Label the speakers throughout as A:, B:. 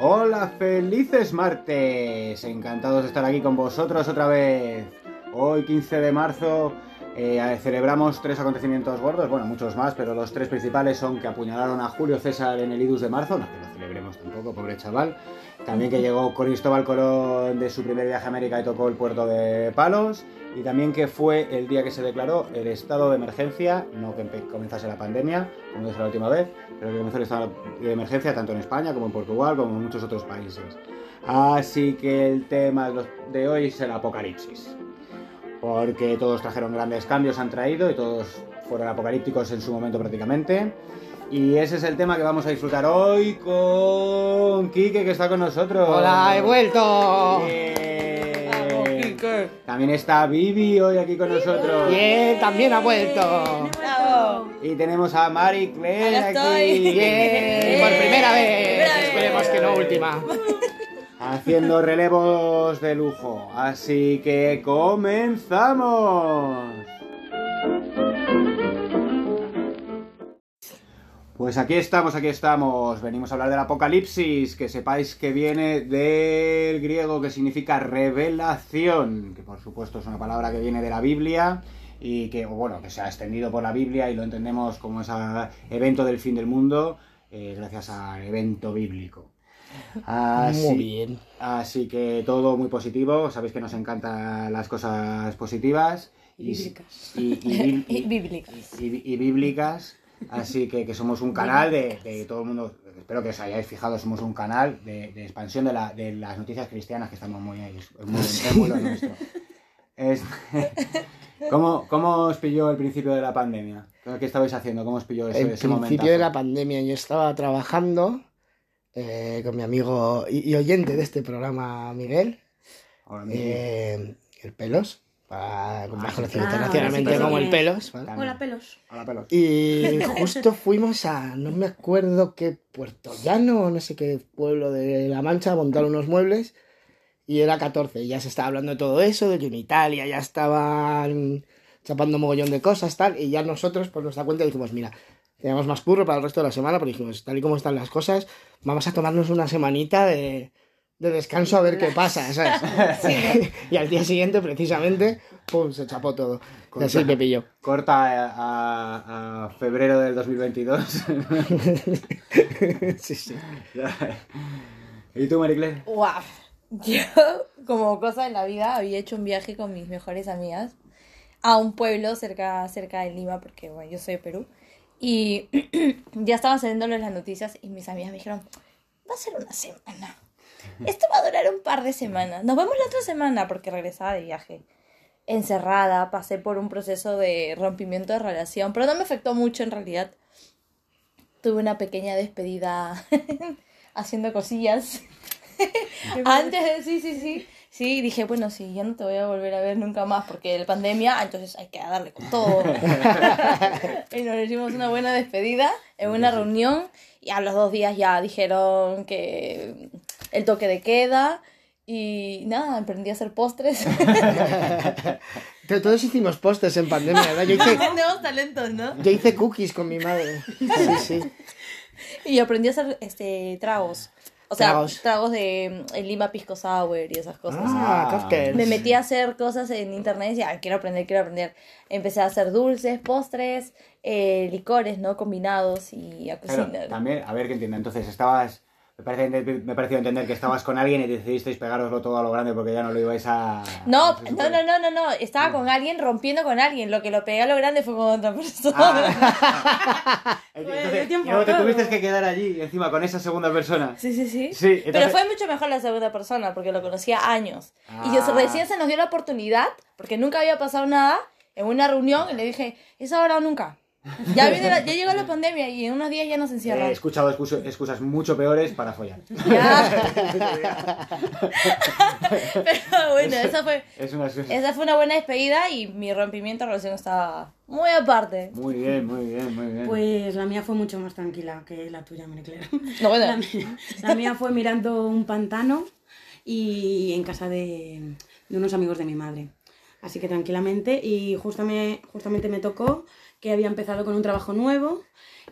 A: Hola, felices martes. Encantados de estar aquí con vosotros otra vez. Hoy 15 de marzo eh, celebramos tres acontecimientos gordos, bueno, muchos más, pero los tres principales son que apuñalaron a Julio César en el Idus de marzo, no que lo celebremos tampoco, pobre chaval. También que llegó Cristóbal Colón de su primer viaje a América y tocó el puerto de Palos. Y también que fue el día que se declaró el estado de emergencia, no que empe- comenzase la pandemia, como dije la última vez, pero que comenzó el estado de emergencia tanto en España como en Portugal, como en muchos otros países. Así que el tema de los- de hoy es el apocalipsis porque todos trajeron grandes cambios, han traído y todos fueron apocalípticos en su momento prácticamente. Y ese es el tema que vamos a disfrutar hoy con Quique, que está con nosotros.
B: Hola, he vuelto.
A: Bien.
B: Vamos, Quique.
A: También está Vivi hoy aquí con nosotros.
B: Bien, también ha vuelto.
C: ¡Bravo!
A: Y tenemos a Mari Claire
C: Ahora estoy.
A: aquí.
B: Bien, por primera vez.
C: Bravo.
B: Esperemos que no última.
A: Haciendo relevos de lujo. Así que comenzamos. Pues aquí estamos, aquí estamos. Venimos a hablar del apocalipsis, que sepáis que viene del griego que significa revelación, que por supuesto es una palabra que viene de la Biblia y que, o bueno, que se ha extendido por la Biblia y lo entendemos como ese evento del fin del mundo eh, gracias al evento bíblico. Así-
B: Muy bien.
A: Así que todo muy positivo. Sabéis que nos encantan las cosas positivas. Y bíblicas. Y, y- y-
C: Y bíblicas.
A: y- y bíblicas. Así que, que somos un canal de, de todo el mundo. Espero que os hayáis fijado, somos un canal de, de expansión de, la- de las noticias cristianas que estamos muy ahí. Es muy, es muy lo nuestro. Es- ¿Cómo, ¿Cómo os pilló el principio de la pandemia? ¿Qué estabais haciendo? ¿Cómo os pilló ese,
B: En
A: ese
B: principio
A: momento?
B: de la pandemia yo estaba trabajando eh, con mi amigo y, y oyente de este programa, Miguel, eh, el Pelos, para, como más conocido
A: Ah, ahora
B: internacionalmente
A: sí que
B: como
A: sí.
B: el Pelos. ¿vale?
A: Hola,
C: pelos.
A: Hola, pelos.
B: Y justo fuimos a, no me acuerdo qué Puerto Llano, no sé qué pueblo de La Mancha, a montar unos muebles. Y era 14, y ya se estaba hablando de todo eso, de que en Italia ya estaban chapando mogollón de cosas, tal. Y ya nosotros, por nuestra cuenta, dijimos, mira, tenemos más curro para el resto de la semana, pero dijimos, tal y como están las cosas, vamos a tomarnos una semanita de, de descanso a ver qué pasa, ¿sabes? y al día siguiente, precisamente, pum, se chapó todo. Y así me pilló.
A: Corta a, a- a febrero del 2022.
B: sí, sí.
A: ¿Y tú, Mariclé?
C: ¡Guau! Yo, como cosa de la vida, había hecho un viaje con mis mejores amigas a un pueblo cerca, cerca de Lima, porque bueno, yo soy de Perú. Y ya estaban saliendo las noticias y mis amigas me dijeron, va a ser una semana. Esto va a durar un par de semanas. Nos vemos la otra semana porque regresaba de viaje. Encerrada, pasé por un proceso de rompimiento de relación, pero no me afectó mucho en realidad. Tuve una pequeña despedida haciendo cosillas. Antes de, sí, sí, sí. Sí, dije, bueno, sí, ya no te voy a volver a ver nunca más porque la pandemia, ah, entonces hay que darle con todo. y nos hicimos una buena despedida en una reunión y a los dos días ya dijeron que el toque de queda y nada, emprendí a hacer postres.
B: Pero todos hicimos postes en pandemia, ¿verdad? Yo hice,
C: Tenemos talentos, ¿no?
B: yo hice cookies con mi madre. Sí, sí.
C: Y aprendí a hacer este tragos. O sea,
B: Tragos.
C: tragos, de mm, Lima Pisco Sour y esas cosas.
B: Ah, cócteles.
A: Pues,
C: Me metí a hacer cosas en internet y decía, "Ah, quiero aprender, quiero aprender. Empecé a hacer dulces, postres, eh, licores, ¿no? Combinados y a
A: Claro,
C: cocinar.
A: también, a ver que entienda. Entonces, estabas. Me parece ente- me ha parecido entender que estabas con alguien y decidisteis pegároslo todo a lo grande porque ya no lo ibais a.
C: no,
A: a-
C: no, no, no, no, no. Estaba con alguien rompiendo con alguien. Lo que lo pegué a lo grande fue con otra persona.
A: Ah. Entonces,
D: dio
A: y
D: tiempo
A: luego te
D: a todo.
A: tuviste que quedar allí encima con esa segunda persona.
C: Sí, sí, sí.
A: Sí, entonces-
C: Pero fue mucho mejor la segunda persona porque lo conocía años. Y
A: Ah.
C: yo recién se nos dio la oportunidad, porque nunca había pasado nada, en una reunión y le dije, es ahora o nunca. Ya, viene la- ya llegó la pandemia y en unos días ya nos
A: He
C: encierran.
A: escuchado excuso- excusas mucho peores para follar.
C: Ya. Pero bueno, esa fue,
A: Es una excusa.
C: esa fue una buena despedida y mi rompimiento de relación estaba muy aparte.
A: Muy bien, muy bien, muy bien.
D: Pues la mía fue mucho más tranquila que la tuya, María Clara.
C: No, bueno.
D: La mía, la mía fue mirando un pantano y en casa de, de unos amigos de mi madre. Así que tranquilamente. Y justamente, justamente me tocó que había empezado con un trabajo nuevo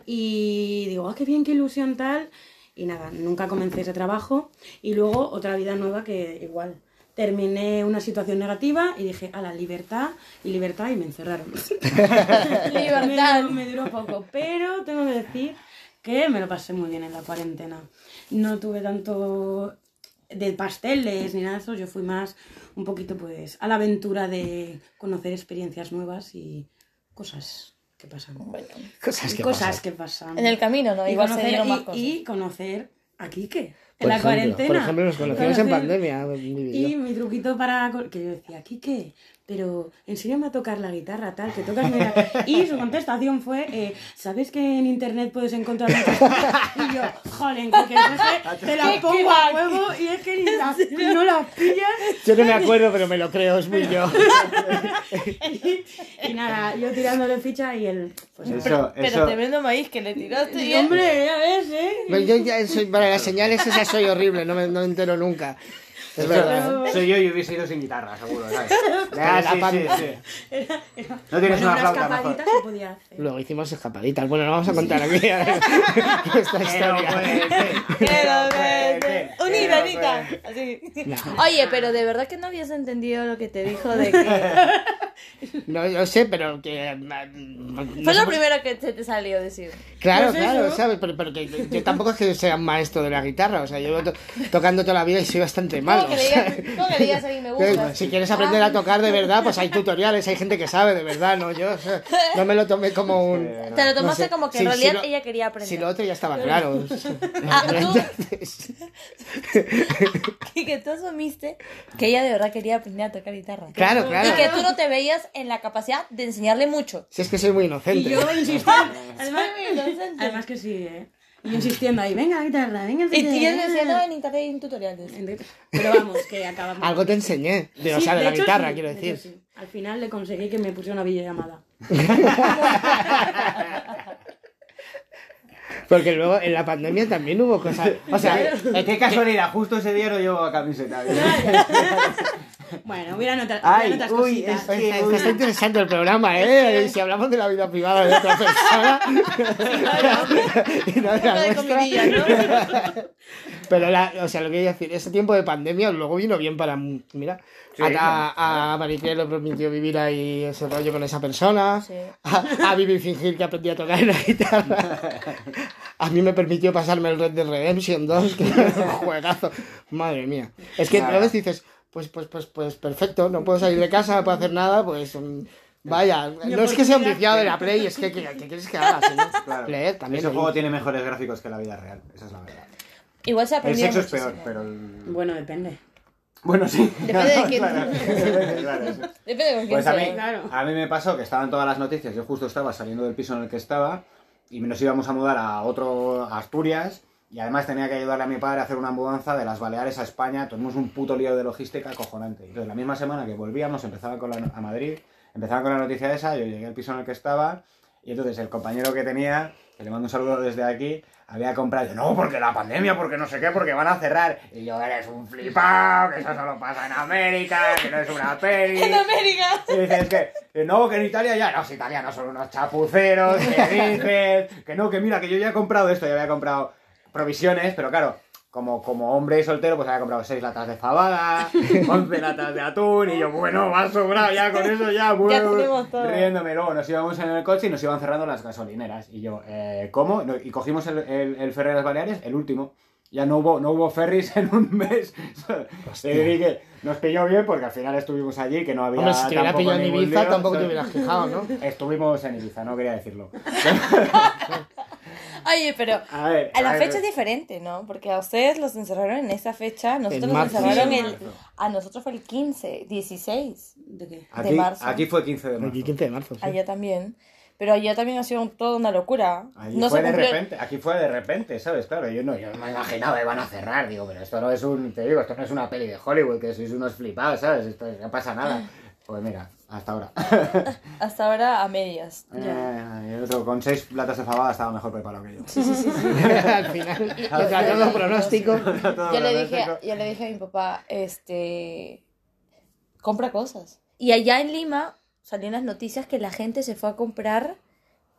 D: y digo, ah, qué bien, qué ilusión tal. Y nada, nunca comencé ese trabajo. Y luego otra vida nueva que igual. Terminé una situación negativa y dije, a la libertad y libertad y me encerraron.
C: Libertad.
D: Me, duró- me duró poco, pero tengo que decir que me lo pasé muy bien en la cuarentena. No tuve tanto de pasteles ni nada de eso, yo fui más un poquito pues a la aventura de conocer experiencias nuevas y cosas que pasan.
C: Bueno,
B: Cosas que
D: cosas
B: pasan.
D: que pasan.
C: en el camino, ¿no?
D: Y
C: Igual se
D: conocer,
C: dieron
D: y-
C: más cosas.
D: y conocer a Quique.
B: Por
D: En la
B: ejemplo,
D: cuarentena.
B: Por ejemplo, nos conocimos en
D: Conocer-
B: pandemia. mi vida.
D: y mi truquito para... co- Que yo decía, Quique, pero enséñame a tocar la guitarra, tal, que tocas... muy bien". Y su contestación fue, eh, ¿sabes que en internet puedes encontrar muchas cosas?". Y yo, joder, Quique, entonces te la pongo a huevo y es que ni la- no la pillas.
B: Yo no me acuerdo, pero me lo creo, es muy yo.
D: Y nada, yo tirándole ficha y él... Pues,
A: Eso,
C: Pero
A: eso.
C: tremendo maíz que le tiraste y
D: hombre, ya ves, ¿eh?
B: Pero yo ya soy- para las señales esas soy horrible, no me, no me entero nunca. Es verdad.
A: eso- Soy yo y hubiese ido sin guitarra, seguro, ¿sabes? Ah,
B: la
A: sí, sí,
B: pandemia.
A: sí. No tienes
D: Bueno,
A: una
D: una
A: flauta, mejor.
D: escapadita se podía hacer.
B: Luego hicimos escapaditas. Bueno, no vamos a contar aquí esta
A: Pero
B: historia.
A: puede ser,
C: Pero,
A: pero puede
B: pues,
A: ser,
C: Un
A: pero
C: iranita.
A: puede-
C: Así.
B: No.
C: Oye, pero de verdad que no habías entendido lo que te dijo de que.
B: No, yo sé, pero que... no
C: Fue
B: sé-
C: lo primero que se te salió decir.
B: Claro,
D: Pues
B: claro,
D: eso.
B: ¿sabes? Pero, pero que que yo tampoco es que sea un maestro de la guitarra, o sea, yo to- tocando toda la vida y soy bastante malo.
C: ¿Cómo que
B: o
C: le
B: sea.
C: digas, cómo que le digas a mí me gusta?
B: Si quieres aprender a tocar de verdad, pues hay tutoriales, hay gente que sabe de verdad, ¿no? Yo o sea, no me lo tomé como un...
A: Sí,
C: Te lo
B: no
C: tomaste
B: sé,
C: como que
B: si-
C: en
B: si
C: realidad
B: lo-
C: ella quería aprender.
B: Si lo otro ya estaba claro.
C: Ah, tú,
B: Entonces,
C: que, que tú asumiste que ella de verdad quería aprender a tocar guitarra.
B: Claro, claro.
C: Y que tú no te veías en la capacidad de enseñarle mucho.
B: Si es que soy muy
D: Y
B: inocente.
D: yo insistiendo. Además,
C: Soy muy inocente.
D: además que sí, ¿eh? Y yo insistiendo ahí, venga, guitarra, venga,
C: Y tú
D: guitarra".
C: ya le decía, no, en internet hay un tutorial.
D: Pero vamos, que acabamos.
B: Algo te enseñé, de, o
D: Sí,
B: sea, de, la
D: hecho,
B: guitarra,
D: sí,
B: quiero
D: de hecho,
B: decir.
D: sí. Al final le conseguí que me pusiera una videollamada.
B: Porque luego en la pandemia también hubo cosas... O sea,
A: Eh, Qué casualidad, justo ese día no llevaba camiseta. ¿eh?
D: Bueno, hubieran otra,
A: Ay,
D: hubieran otras
A: uy,
D: cositas.
A: es-
B: Está, está- está interesante el programa, ¿eh? Y Si hablamos de la vida privada de otra persona. y no de la
C: Nada de
A: pues,
B: nuestra.
C: comidilla, ¿no?
B: Pero, la, o sea, lo que quería decir, ese tiempo de pandemia luego vino bien para. mu- Mira,
A: Sí,
B: a, a, a Maricré le permitió vivir ahí ese rollo con esa persona.
C: Sí.
B: A, a Vivi fingir que aprendí a tocar la guitarra. A mí me permitió pasarme el Red Dead Redemption 2, que era un juegazo. Madre mía. Es que
A: Nada.
B: a veces dices, pues, pues, pues, pues, perfecto, no puedo salir de casa, no puedo hacer nada, pues. mm, Vaya, no es que sea un
D: oportunidad.
B: viciado de la Play, es que, que, que quieres que haga, si no?
A: Claro.
B: Leer también. ¿eh?
A: Ese
B: lo
A: juego
B: digo.
A: tiene mejores gráficos que la vida real, esa es la verdad.
C: Igual se
A: El
C: aprendió
A: sexo es peor,
C: muchísimo.
A: pero el...
D: Bueno, depende.
A: Bueno, sí.
C: Depende de quién.
A: Claro, claro, eso.
C: Depende con quién
A: Pues a mí,
C: sea.
D: claro.
A: a mí me pasó que estaban todas las noticias, yo justo estaba saliendo del piso en el que estaba y nos íbamos a mudar a otro a Asturias y además tenía que ayudarle a mi padre a hacer una mudanza de las Baleares a España, tuvimos un puto lío de logística acojonante. Entonces la misma semana que volvíamos empezaba con la no- a Madrid, empezaba con la noticia esa, yo llegué al piso en el que estaba y entonces el compañero que tenía, que le mando un saludo desde aquí, había comprado, yo, no, porque la pandemia, porque no sé qué, porque van a cerrar. Y yo, eres un flipado, que eso solo pasa en América, que no es una peli.
C: En América.
A: Y dices que, que no, que en Italia ya, no, los italianos son unos chapuceros, que dices, que no, que mira, que yo ya he comprado esto, ya había comprado provisiones, pero claro, como, como hombre soltero, pues había comprado 6 latas de fabada, 11 latas de atún, y yo, bueno, va sobrado ya, con eso ya, bueno,
C: tenemos todo.
A: riéndome. Luego nos íbamos en el coche y nos iban cerrando las gasolineras, y yo, eh, ¿cómo? No, Y cogimos el, el, el ferry de las Baleares, el último. Ya no hubo, no hubo ferries en un mes.
B: Hostia.
A: Te diré que nos pilló bien porque al final estuvimos allí, que no había
B: Hombre, si te hubiera
A: tampoco
B: pillado en
A: ningún
B: Ibiza,
A: lío,
B: tampoco te
A: ¿sabes?
B: hubieras fijado, ¿no?
A: Estuvimos en Ibiza, no quería decirlo.
C: Oye, pero
A: A ver.
C: A la
A: ver,
C: fecha es diferente, ¿no? Porque a ustedes los encerraron en esa fecha, nosotros
B: En
C: nos
B: marzo.
C: encerraron
D: Sí,
C: el...
D: en marzo.
C: A nosotros fue el 15, 16,
D: ¿De qué?
A: Aquí,
C: de marzo.
A: aquí fue 15 de marzo.
B: Aquí 15 de marzo. sí.
C: allá también. Pero allá también ha sido un- toda una locura.
A: Ahí
C: no
A: fue
C: se
A: de
C: cumplió...
A: repente, aquí fue de repente, ¿sabes? Claro, yo no, yo no me imaginaba que van a cerrar, digo, pero esto no es un, te digo, esto no es una peli de Hollywood, que sois unos flipados, ¿sabes? Esto no pasa nada. Pues mira, hasta ahora.
C: Hasta ahora a medias.
A: Eh, y el otro, con seis platas de fabada estaba mejor preparado que yo.
B: Al final, contra todo pronóstico.
A: Todo
C: Yo le,
A: lo
C: dije,
A: seco.
C: yo le dije a mi papá, este, compra cosas. Y allá en Lima salían las noticias que la gente se fue a comprar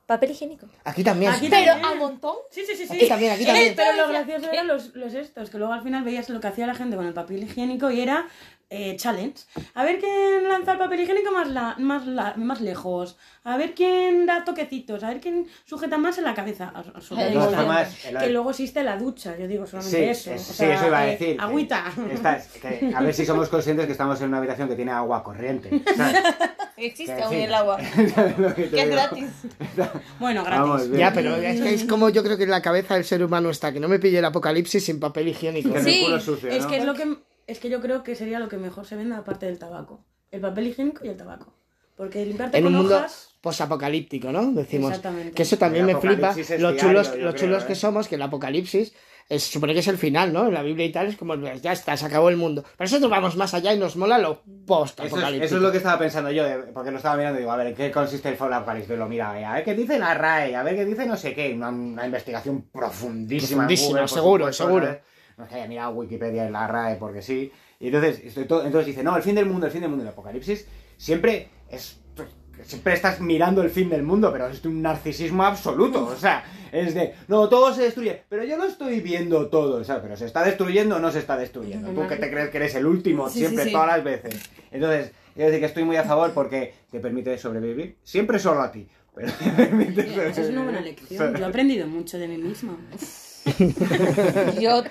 C: Papel higiénico.
B: Aquí también.
D: Aquí
C: Pero
D: también.
C: a montón.
D: Sí, sí, sí, sí.
B: Aquí también, aquí también.
D: Pero lo gracioso eran los, los estos, que luego al final veías lo que hacía la gente con el papel higiénico y era eh, challenge. A ver quién lanza el papel higiénico más, la, más, la- más lejos. A ver quién da toquecitos. A ver quién sujeta más en la cabeza. A- a- sobre
C: De
D: todo
C: todas
D: la-
A: formas, el-
D: que luego existe la ducha, yo digo solamente
A: Sí,
D: eso.
A: es-
D: O
A: sí,
D: sea,
A: eso iba a
D: eh,
A: decir. que
D: Agüita.
A: esta es- que a ver si somos conscientes que estamos en una habitación que tiene agua corriente. ¿sabes?
C: Existe
A: Que
C: aún
A: sí.
C: el agua.
A: ¿Sabes lo que te
C: Que es
A: digo?
C: gratis.
D: Bueno, gratis.
A: Vamos, bien.
B: Ya, pero es, que es como yo creo que en la cabeza del ser humano está, que no me pille el apocalipsis sin papel higiénico.
A: Que en el
C: Sí,
A: culo sucio,
D: Es
A: ¿no?
D: que es lo que es que yo creo que sería lo que mejor se venda aparte del tabaco. El papel higiénico y el tabaco. Porque limpiarte
B: en
D: con
B: un mundo
D: hojas
B: posapocalíptico, ¿no? Decimos.
D: Exactamente.
B: Que eso también
A: El
B: me flipa.
A: apocalipsis es
B: Los
A: diario,
B: chulos,
A: yo
B: los
A: creo,
B: chulos
A: ¿eh?
B: que somos, que el apocalipsis es, se supone que es el final, ¿no? En la Biblia y tal es como, pues, ya está, se acabó el mundo. Pero nosotros vamos más allá y nos mola lo
A: Eso es,
B: post-apocalíptico.
A: eso es lo que estaba pensando yo, de- porque lo estaba mirando y digo, a ver, ¿en qué consiste el Fallout Apocalipsis? Lo mira, eh, a ver qué dice la RAE, a ver qué dice no sé qué, una, una investigación profundísima. en
B: Profundísima,
A: Google, por
B: seguro,
A: supuesto,
B: seguro.
A: ¿sabes? No es que haya mirado Wikipedia en la RAE porque sí. Y entonces, esto- todo- entonces dice, no, el fin del mundo, el fin del mundo, el apocalipsis, siempre es... Siempre estás mirando el fin del mundo, pero es de un narcisismo absoluto. O sea, es de, no, todo se destruye, pero yo lo estoy viendo todo, ¿sabes? Pero se está destruyendo o no se está destruyendo. ¿Tú que te crees que eres el último
C: Sí, sí,
A: siempre,
C: sí.
A: todas las veces? Entonces, quiero decir que estoy muy a favor porque te permite sobrevivir, siempre solo a ti. Pero te permite
D: Eh, Esa es una buena lección. Yo he aprendido mucho de mí misma.
C: Yo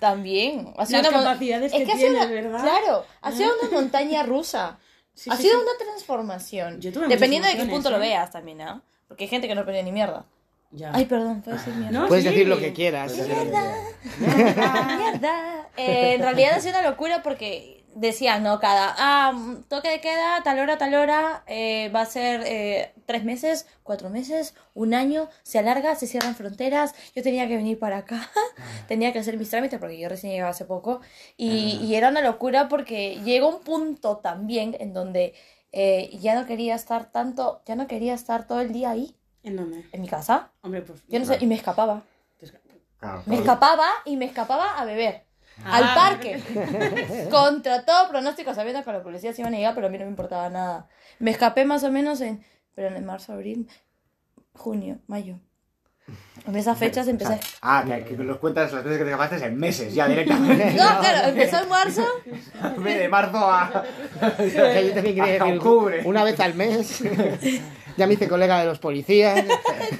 C: también. Ha sido
D: Las
C: mon-
D: capacidades que
C: ha sido
D: tienes,
C: una-
D: ¿verdad? Ah.
C: Claro, ha sido una montaña rusa.
D: Sí,
C: ha
D: sí,
C: sido
D: sí.
C: una transformación.
D: Yo tuve
C: Dependiendo
D: muchas
C: de qué
D: emociones,
C: punto lo
D: ¿eh? Ah.
C: veas también, ¿ah? Porque hay gente que no pelea ni mierda.
D: Ya.
C: Ay, perdón, puedes decir mierda.
D: No,
B: Puedes
D: Ah, sí.
B: decir lo que quieras.
C: Mierda. Eh, en realidad ha sido una locura porque decían, no, cada ah, mm, toque de queda, tal hora, tal hora, eh, va a ser eh, tres meses, cuatro meses, un año, se alarga, se cierran fronteras, yo tenía que venir para acá, tenía que hacer mis trámites porque yo recién llegaba hace poco y, y era una locura porque llegó un punto también en donde eh, ya no quería estar tanto, ya no quería estar todo el día ahí,
D: ¿En dónde?
C: en mi casa,
D: Hombre, pues.
C: yo no sé, y me escapaba.
A: Claro,
C: Me escapaba y me escapaba a beber.
D: Ah.
C: al parque. Contra todo pronóstico, sabiendo que la policía se iban a llegar, pero a mí no me importaba nada. Me escapé más o menos en. Pero en marzo, abril, junio, mayo. En esas fechas empecé.
A: Ah, que, que los cuentas las veces que te escapaste en meses ya directamente.
C: No, claro, empezó en marzo.
A: De marzo a.
B: Que yo también quería
A: Hasta
B: decir,
A: octubre.
B: una vez al mes. ya me hice colega de los policías.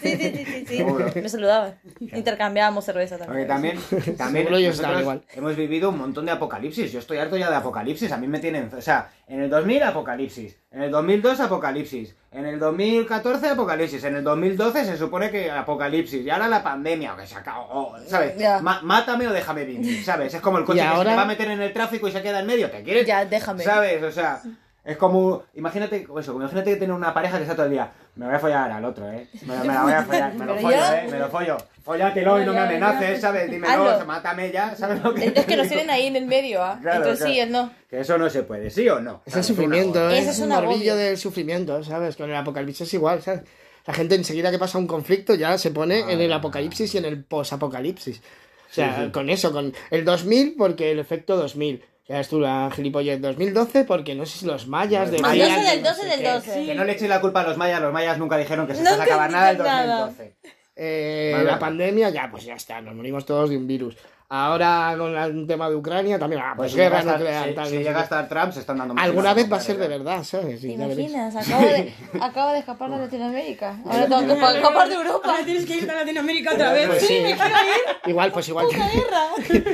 C: Sí, sí, sí, sí. sí.
A: Seguro.
C: Me saludaban. Intercambiábamos cerveza
A: Porque
C: también.
A: también, también
B: Seguro ellos
A: nosotros
B: estaban igual.
A: hemos vivido un montón de apocalipsis. Yo estoy harto ya de apocalipsis. A mí me tienen. O sea, en el 2000 apocalipsis. En el 2002 apocalipsis. En el 2014 apocalipsis. En el 2012 se supone que apocalipsis. Y ahora la pandemia. Que se acabó. oh, ¿Sabes?
C: Ya.
A: Ma- mátame o déjame vivir. ¿Sabes? Es como el coche
B: Y
A: que se
B: ahora-
A: te va a meter en el tráfico y se queda en medio. ¿Te quieres?
C: Ya, déjame.
A: ¿Sabes? O sea. Es como, imagínate, eso, imagínate que tener una pareja que está todo el día, me voy a follar al otro, ¿eh? Me, me la voy a follar, me lo
C: Pero
A: follo,
C: yo-
A: ¿eh? Me lo follo. Follatelo y no me amenaces, ¿sabes? Dímelo,
C: Hazlo.
A: mátame ya, ¿sabes lo que
C: Eh, Es que nos tienen ahí en el medio, ¿ah?
A: Claro,
C: Entonces sí,
A: claro.
C: él no.
A: Que eso no se puede, ¿sí o no?
B: Ese
A: Claro,
B: es sufrimiento,
A: una
B: ¿eh?
C: Ese
B: es,
C: es
B: un
C: un agobio.
B: morbillo del sufrimiento, ¿sabes? Con el apocalipsis es igual, ¿sabes? La gente enseguida que pasa un conflicto ya se pone en el apocalipsis y en el posapocalipsis. O sea, con eso, con el 2000 porque el efecto 2000. Ya es tú la gilipollez 2012 porque no sé si los mayas
A: Los
B: de
A: mayas. Ay,
C: 12
A: ay,
C: del 12 del 12.
A: Que no le eches la culpa a los mayas, los mayas nunca dijeron que se
C: No
A: iba a acabar nada el
C: entendí nada.
A: 2012.
B: Eh,
A: Vale.
B: la pandemia, ya, pues ya está, nos morimos todos de un virus. Ahora con la- el tema de Ucrania también, ah, pues,
A: si
B: guerra
A: llega a estar-
B: nuclear,
A: si-
B: tal,
A: si
B: no sé
A: llega a
B: qué.
A: estar Trump, se están dando muchas
B: Alguna
A: más
B: vez va a
A: cuenta,
B: ser de
A: ¿eh?
B: verdad, ¿sabes?
C: ¿Te
B: Y ya veréis.
C: imaginas? Acabo de, acabo de escapar de Latinoamérica. Ahora tengo que
D: Ahora
C: escapar de Europa.
D: Ahora tienes que irte a Latinoamérica otra vez.
B: Pues
D: sí,
B: sí.
D: me quiero ir.
B: Igual, pues igual.
C: ¡Puta guerra!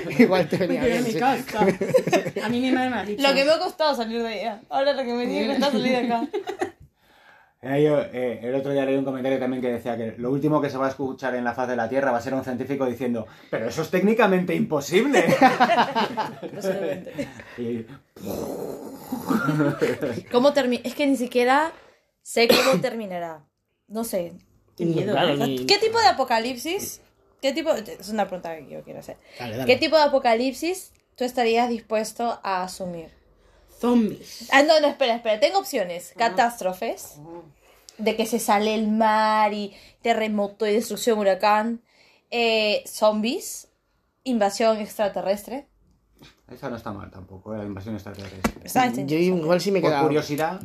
C: eh.
B: igual te
D: Me
B: venía
D: quiero ir a
B: bien.
D: mi
B: sí.
D: casa. A mí mi madre me ha dicho.
C: Lo que me ha costado salir de allá. Ahora lo que me tiene que costar salir de acá.
A: Eh, yo, eh, el otro día leí un comentario también que decía que lo último que se va a escuchar en la faz de la Tierra va a ser un científico diciendo, pero eso es técnicamente imposible. Y-
C: ¿Cómo termi- Es que ni siquiera sé cómo terminará. No sé.
D: Qué miedo,
B: Claro,
D: ¿eh?
B: ni-
C: ¿Qué tipo de apocalipsis? ¿Qué tipo... Es una pregunta que yo quiero hacer.
B: Dale, dale.
C: ¿Qué tipo de apocalipsis tú estarías dispuesto a asumir?
D: Zombies.
C: Ah, no, no, espera, espera. Tengo opciones. Catástrofes. De que se sale el mar y terremoto y destrucción, huracán. Eh, zombies. Invasión extraterrestre.
A: Esa no está mal tampoco, ¿eh? la invasión extraterrestre.
C: Está interesante.
B: Yo igual sí me he
A: Por
B: quedado.
A: curiosidad,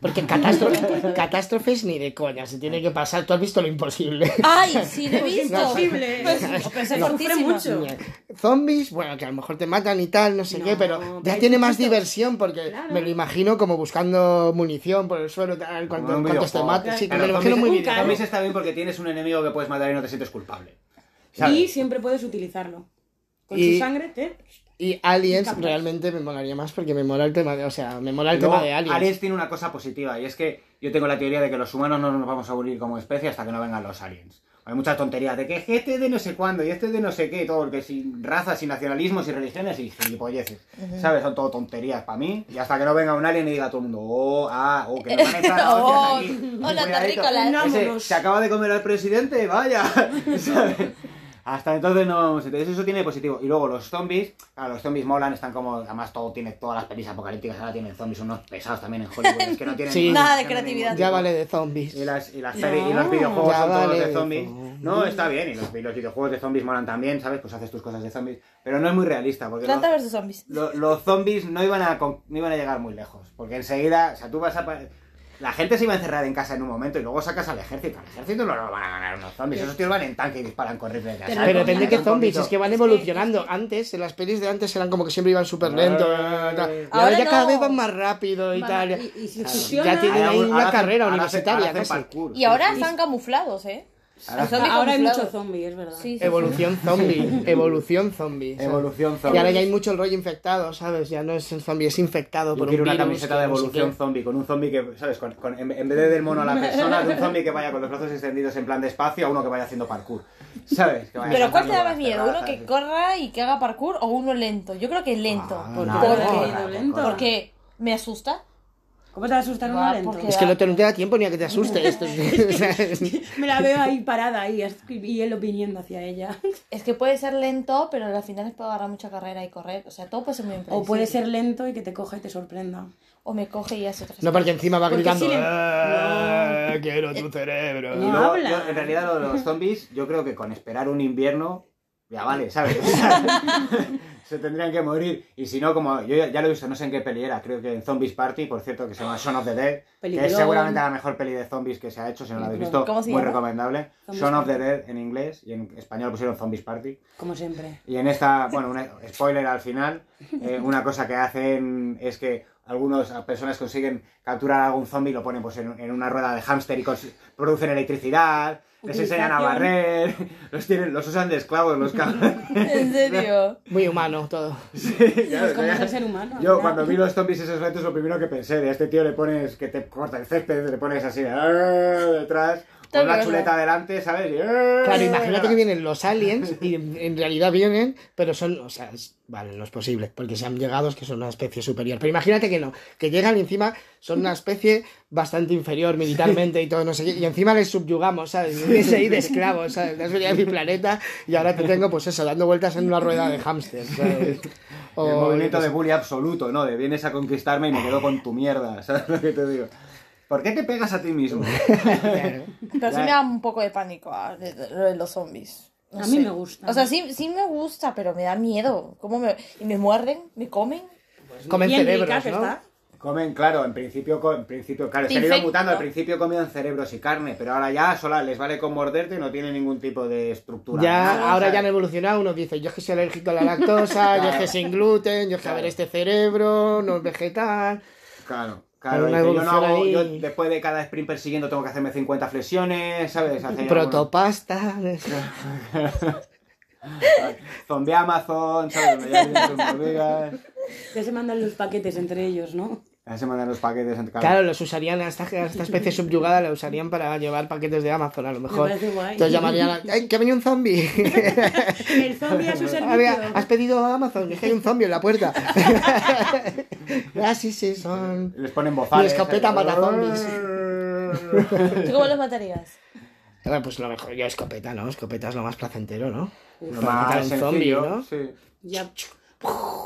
B: Porque catástrofe, catástrofes ni de coña, se tiene que pasar. Tú has visto lo imposible.
C: ¡Ay, sí, lo he visto!
D: Imposible.
C: Pues,
D: Pero se
C: no.
D: sufre
C: Oh,
D: mucho.
B: Zombies, bueno, que a lo mejor te matan y tal, no sé
D: No,
B: qué,
D: pero
B: pero ya
D: hay
B: tiene más
D: poquitos.
B: diversión porque
D: Claro.
B: me lo imagino como buscando munición por el suelo, tal, cuanto-
A: un
B: cuantos te
A: videojuego.
B: maten. Sí, que
A: Claro,
B: me lo imagino
A: zombies-
B: muy bien.
D: Nunca,
A: Zombies está bien porque tienes un enemigo que puedes matar y no te sientes culpable. ¿sabes?
D: Y siempre puedes utilizarlo. Con
B: Y-
D: su sangre te...
B: Y Aliens
D: Nunca más.
B: realmente me molaría más porque me mola el tema de, o sea, me mola el
A: Luego,
B: tema de Aliens.
A: Aliens tiene una cosa positiva y es que yo tengo la teoría de que los humanos no nos vamos a unir como especie hasta que no vengan los aliens. Hay muchas tonterías de que este es de no sé cuándo y este es de no sé qué y todo, porque sin razas y nacionalismos y religiones y gilipolleces. ¿Sabes? Son todo tonterías para mí. Y hasta que no venga un alien y diga a todo el mundo, oh, ah, oh, que nos van a echar a
C: Oh,
A: hostias aquí.
C: hola,
A: Cuidadito.
C: terrícolas.
A: Ese,
D: Vámonos.
A: Se acaba de comer al presidente, vaya. ¿sabes? Hasta entonces no vamos. Entonces eso tiene positivo. Y luego los zombies. Claro, los zombies molan, están como. Además, todo tiene todas las pelis apocalípticas. Ahora tienen zombies, unos pesados también en Hollywood. Es que no tienen
B: Sí.
A: ningún-
C: Nada de
A: no tienen
C: creatividad.
A: ningún-
B: Ya vale de zombies.
A: Y las, y las pelis- y los
D: No.
A: videojuegos
B: Ya
A: son todos
B: vale
A: de
B: de
A: zombies.
B: zombies.
A: No, está bien. Y los, y los videojuegos de zombies molan también, ¿sabes? Pues haces tus cosas de zombies. Pero no es muy realista. Porque
C: Planta
A: los-
C: versus zombies.
A: lo- los zombies no iban, a, con- no iban a llegar muy lejos. Porque enseguida, o sea, tú vas a... pa- La gente se iba a encerrar en casa en un momento y luego sacas al ejército. Al ejército no lo van a ganar unos zombies. Esos tíos van en tanque y disparan con rifles de
D: Pero
A: asalto.
B: Pero depende
A: Era
B: qué
A: un
B: zombies,
A: poquito-
B: es que van evolucionando. Antes, en las pelis de antes eran como que siempre iban súper lento.
A: Ay.
B: tal, tal. Y
C: Ahora
B: ahora ya cada
C: no.
B: vez van más rápido y tal.
D: Y, y si
A: Claro.
D: fusiona-
B: Ya tiene-
A: Ahora-
B: hay una
A: ahora hacen-
B: carrera
A: ahora hacen- ahora
B: universitaria,
A: hacen
B: casi.
A: parkour.
C: Y ahora
A: Sí, sí.
C: están camuflados, ¿eh?
A: Ahora-
C: Los zombies
D: Ahora hay mucho
C: camuflados.
D: zombie, es verdad.
C: Sí, sí, sí.
B: Evolución zombie, evolución zombie. ¿sabes?
A: Evolución
B: Y ahora ya
A: zombie.
B: hay mucho el rollo infectado, ¿sabes? Ya no es el zombie, es infectado
A: Yo
B: por
A: quiero
B: un
A: una
B: virus,
A: camiseta de
B: que no sé
A: evolución
B: qué.
A: zombie, con un zombie que, ¿sabes? Con- con- en, en vez de del mono a la persona, de un zombie que vaya con los brazos extendidos en plan despacio a uno que vaya haciendo parkour. ¿Sabes? Que vaya
C: Pero ¿cuál te
A: saltando
C: da
A: por
C: más
A: las
C: miedo? ¿Uno
A: terrazas,
C: que
A: sí.
C: corra y que haga parkour o uno lento? Yo creo que lento.
A: Ah,
D: Porque-
A: no,
C: porque-
A: corra, que
D: porque-
A: corra.
C: Porque me asusta.
D: ¿Cómo te va a asustar un
C: Va,
D: lento?
C: porque-
B: Es que no te, no te da tiempo ni a que te asuste esto. ¿sabes?
D: Me la veo ahí parada y, y él opiniendo hacia ella.
C: Es que puede ser lento, pero en las finales puedo agarrar mucha carrera y correr. O sea, todo puede ser muy
D: O
C: impredecible.
D: puede ser lento y que te coja y te sorprenda.
C: O me coge y hace otra
B: No, porque encima va
D: Porque
B: gritando.
D: si le-
B: "Ah, Quiero tu cerebro.
A: Y
D: No
A: luego,
D: habla.
A: yo, en realidad, lo de los zombies, yo creo que con esperar un invierno, ya vale, ¿sabes? se tendrían que morir. Y si no, como yo ya, ya lo he visto, no sé en qué peli era, creo que en Zombies Party, por cierto, que se llama Son of the Dead, que es
D: Peliculón.
A: seguramente la mejor peli de zombies que se ha hecho, si no la habéis visto,
C: ¿Cómo se
A: muy
C: llama?
A: recomendable.
D: Zombies
A: Son of the
D: Party.
A: Dead en inglés y en español pusieron Zombies Party.
D: Como siempre.
A: Y en esta, bueno, un spoiler al final, eh, una cosa que hacen es que algunas personas consiguen capturar a algún zombie y lo ponen pues en, en una rueda de hámster y cons- producen electricidad, les enseñan a barrer, los tienen, los usan de esclavos los cabros.
C: ¿En serio?
B: Muy humano todo.
D: Pues como es el ser humano.
A: Yo
D: ¿verdad?
A: cuando vi los zombies esos lentos lo primero que pensé de a este tío le pones que te corta el césped, le pones así "Arr", detrás, con
C: También
A: una
C: es
A: chuleta delante, ¿sabes? Y, "Arr".
B: Claro, imagínate que vienen los aliens y en en realidad vienen, pero son, o sea, es- vale, no es posible, porque se han llegado es que son una especie superior. Pero imagínate que no, que llegan y encima son una especie bastante inferior militarmente y todo, no sé qué, y encima les subyugamos, ¿sabes? Vienes ahí de esclavos, ¿sabes? Te has venido a mi planeta y ahora te tengo, pues eso, dando vueltas en una rueda de hámster, ¿sabes? O-
A: el movimiento de bully absoluto, ¿no? De vienes a conquistarme y me quedo con tu mierda, ¿sabes lo que te digo? ¿Por qué te pegas a ti mismo?
C: Pero sí me da un poco de pánico ah, de- de- lo de los zombies. No
D: A mí
C: sé.
D: me gusta.
C: O sea, sí, sí me gusta, pero me da miedo. ¿Cómo me... ¿Y me muerden? ¿Me comen?
B: Comen
D: Bien rica
B: cerebros,
D: que
B: ¿no?
D: está.
A: Comen, claro, en principio, co- en principio claro,
C: Te
A: se han ido
C: infecta,
A: mutando, al
C: ¿no?
A: principio comían cerebros y carne, pero ahora ya sola les vale con morderte y no tiene ningún tipo de estructura.
B: Ya,
A: Nada,
B: ahora ya
A: ¿sabes?
B: han evolucionado, uno dice, yo es que soy alérgico a la lactosa, yo es que sin gluten, yo es que a ver este cerebro, no es vegetal.
A: Claro, claro.
B: Hay
A: dice,
B: una
A: yo, no
B: evolución
A: hago- yo
B: ahí.
A: después de cada sprint persiguiendo tengo que hacerme 50 flexiones, ¿sabes? Hacer
B: Protopasta.
A: alguna- Zombie Amazon, ¿sabes? Ya tienen sus movidas.
D: Ya se mandan los paquetes entre ellos, ¿no?
A: Ya se mandan los paquetes. entre-
B: Claro, los usarían, a esta, a esta especie subyugada la usarían para llevar paquetes de Amazon, a lo mejor.
D: parece guay.
B: Entonces llamarían a... ¡Ay, que ha venido un zombie!
D: El zombie a su
B: Ah, mira,
D: servicio.
B: ¿Has pedido a Amazon? Es que hay un zombie en la puerta. ah, sí, sí, son...
A: Les ponen bozales. eh,
B: Y escopeta
A: ¿sabes?
B: mata zombies.
C: ¿Tú cómo los matarías?
B: Ah, Pues lo mejor, yo escopeta, ¿no? Escopeta es lo más placentero, ¿no?
A: Lo
B: Para matar a
A: más
B: un
A: sencillo,
B: zombie, ¿no?
A: sí.
D: Ya.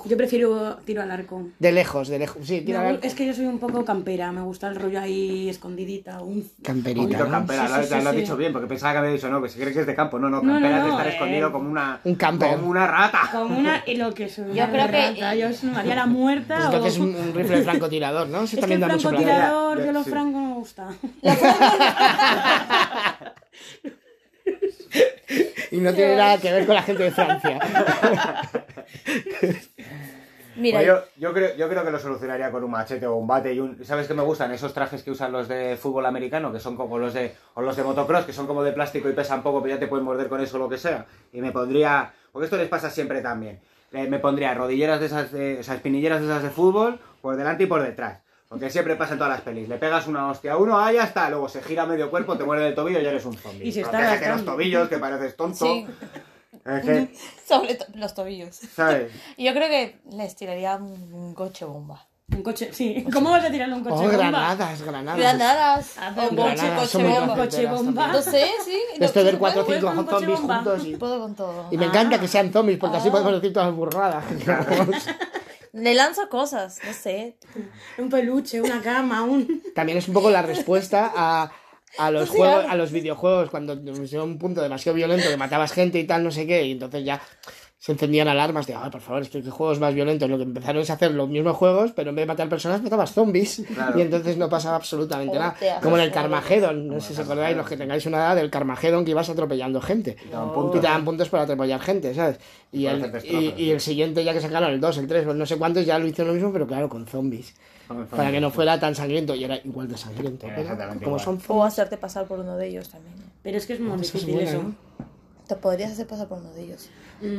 D: Yo prefiero tiro al arco.
B: De lejos, de lejos. Sí,
D: Me
B: tira
D: gu-
B: la
D: Es que yo soy un poco campera, me gusta el rollo ahí escondidita. Un...
A: Un
B: camperita.
A: poquito
B: ¿no?
A: campera,
D: Sí,
A: lo,
D: sí,
A: lo has
D: sí,
A: dicho
D: sí.
A: bien, porque pensaba que había dicho no, que se cree que es de campo. No, no,
D: No,
A: campera
D: no,
A: es de estar
D: eh.
A: escondido como una.
B: Un camper.
A: Como una rata.
D: Como una... Y lo que soy
C: Yo
D: una
C: creo que-
D: rata, Yo soy María la muerta.
B: Pues
D: o...
B: entonces un, un rifle de francotirador, ¿no? Eso
D: Es que
B: también
D: el
B: da mucho placer.
D: francotirador,
A: Ya, ya,
D: yo los
A: sí.
D: franco no me gusta.
B: Y no tiene nada que ver con la gente de Francia.
C: Mira,
A: Bueno, Pues yo, yo creo, yo creo que lo solucionaría con un machete o un bate y un. ¿Sabes qué me gustan? Esos trajes que usan los de fútbol americano, que son como los de. o los de motocross, que son como de plástico y pesan poco, pero ya te pueden morder con eso o lo que sea. Y me pondría. Porque esto les pasa siempre también. Eh, me pondría rodilleras de esas, de, o sea, espinilleras de esas de fútbol, por delante y por detrás. Porque siempre pasa en todas las pelis. Le pegas una hostia a uno, ah, ya está. Luego se gira medio cuerpo, te muerde el tobillo y ya eres un zombie.
D: Y se está
A: Protégete los
D: arrastrando.
A: tobillos, que pareces tonto.
C: sí,
A: Es que,
C: sobre to- los tobillos.
A: ¿sabes?
C: Yo creo que les tiraría un, un coche bomba.
D: Un coche, sí. ¿Cómo vas a tirarle un coche
B: Oh,
D: bomba?
B: granadas, granadas.
C: Granadas,
D: Ah,
C: o
D: bomba.
C: coche,
B: Granadas,
C: coche
B: son muy
C: bomba.
B: placenteras
D: Coche bomba.
C: No
B: también.
C: sé, sí.
B: Después de ver cuatro o
D: puedes
B: cinco
D: poner un coche
B: zombies
D: bomba. Ah.
B: juntos. Y,
C: Puedo con todo.
B: y me encanta que sean zombies, porque así podemos decir todas las burradas. que hagamos.
C: Le lanzo cosas, no sé.
D: Un peluche, una cama, un...
B: También es un poco la respuesta a, a los
C: Sí,
B: juegos,
C: claro.
B: a los videojuegos, cuando llegó un punto demasiado violento que matabas gente y tal, no sé qué, y entonces ya se encendían alarmas de, ah, por favor, estos juegos más violentos, lo que empezaron es hacer los mismos juegos, pero en vez de matar personas, matabas zombies,
A: Claro.
B: y entonces no pasaba absolutamente nada.
C: Hostias,
B: Como en el
C: joder.
B: Carmageddon, no sé si os acordáis, los que tengáis una edad del Carmageddon que ibas atropellando gente.
A: Y te dan
B: Y
A: puntos.
B: te dan puntos para atropellar gente, ¿sabes? Y
A: Por
B: el,
A: hacer
B: y,
A: destrozos,
B: y
A: sí.
B: el siguiente, ya que sacaron el 2, el 3, no sé cuántos, ya lo hicieron lo mismo, pero claro, con zombies. Para que no fuera tan sangriento y era igual de sangriento.
A: Ah. Era
B: pero
A: exactamente
B: como
A: igual.
B: son
C: O
B: zombies.
C: hacerte pasar por uno de ellos también.
D: Pero es que es muy
B: Esa es
D: difícil
B: buena,
D: eso.
B: ¿no?
C: Te podrías hacer pasar por uno de ellos.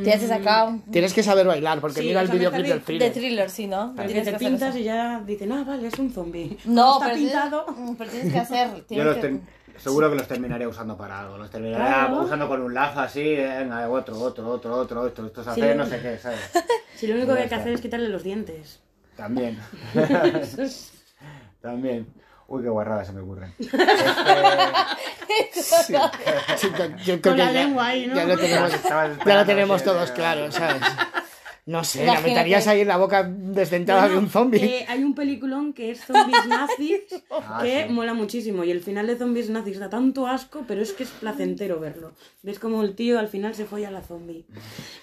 C: Te haces acá un...
B: Tienes que saber bailar, porque
D: Sí,
B: mira
D: o
B: el
D: sea, me
B: videoclip
D: perdí
B: del
C: De
B: thriller.
C: thriller, sí, ¿no?
D: Porque
C: Tienes
D: te
C: que hacer
D: pintas
C: eso.
D: y ya dicen, ah, vale, es un zombie.
C: No,
D: está
C: pero tienes-
D: pintado.
C: mm, pero tienes que hacer.
A: Yo
C: tienes
A: los
C: que-
A: ten- seguro que los terminaría usando para algo. Los terminaría
D: Claro.
A: usando con un lazo así, venga, otro, otro, otro, otro, esto, esto es hacer
D: Sí.
A: no sé qué, ¿sabes?
D: Si lo único que hay que
A: Ya está.
D: hacer es quitarle los dientes.
A: También. También. Uy, qué guarrada se me ocurren. Este,
B: Sí. Sí, yo- yo creo
D: Con
B: que ya-
D: la lengua ahí, ¿no?
B: Ya lo tenemos,
A: Estabas
B: ya lo
A: esperando
B: tenemos
A: que-
B: todos claro, ¿sabes? No sé, la
C: Imagínate.
B: meterías ahí en la boca desdentada
D: Bueno,
B: de un zombie.
D: eh, hay un peliculón que es Zombies Nazis,
A: Ah,
D: que
A: sí.
D: mola muchísimo. Y el final de Zombies Nazis da tanto asco, pero es que es placentero verlo. Ves como el tío al final se folla a la zombie.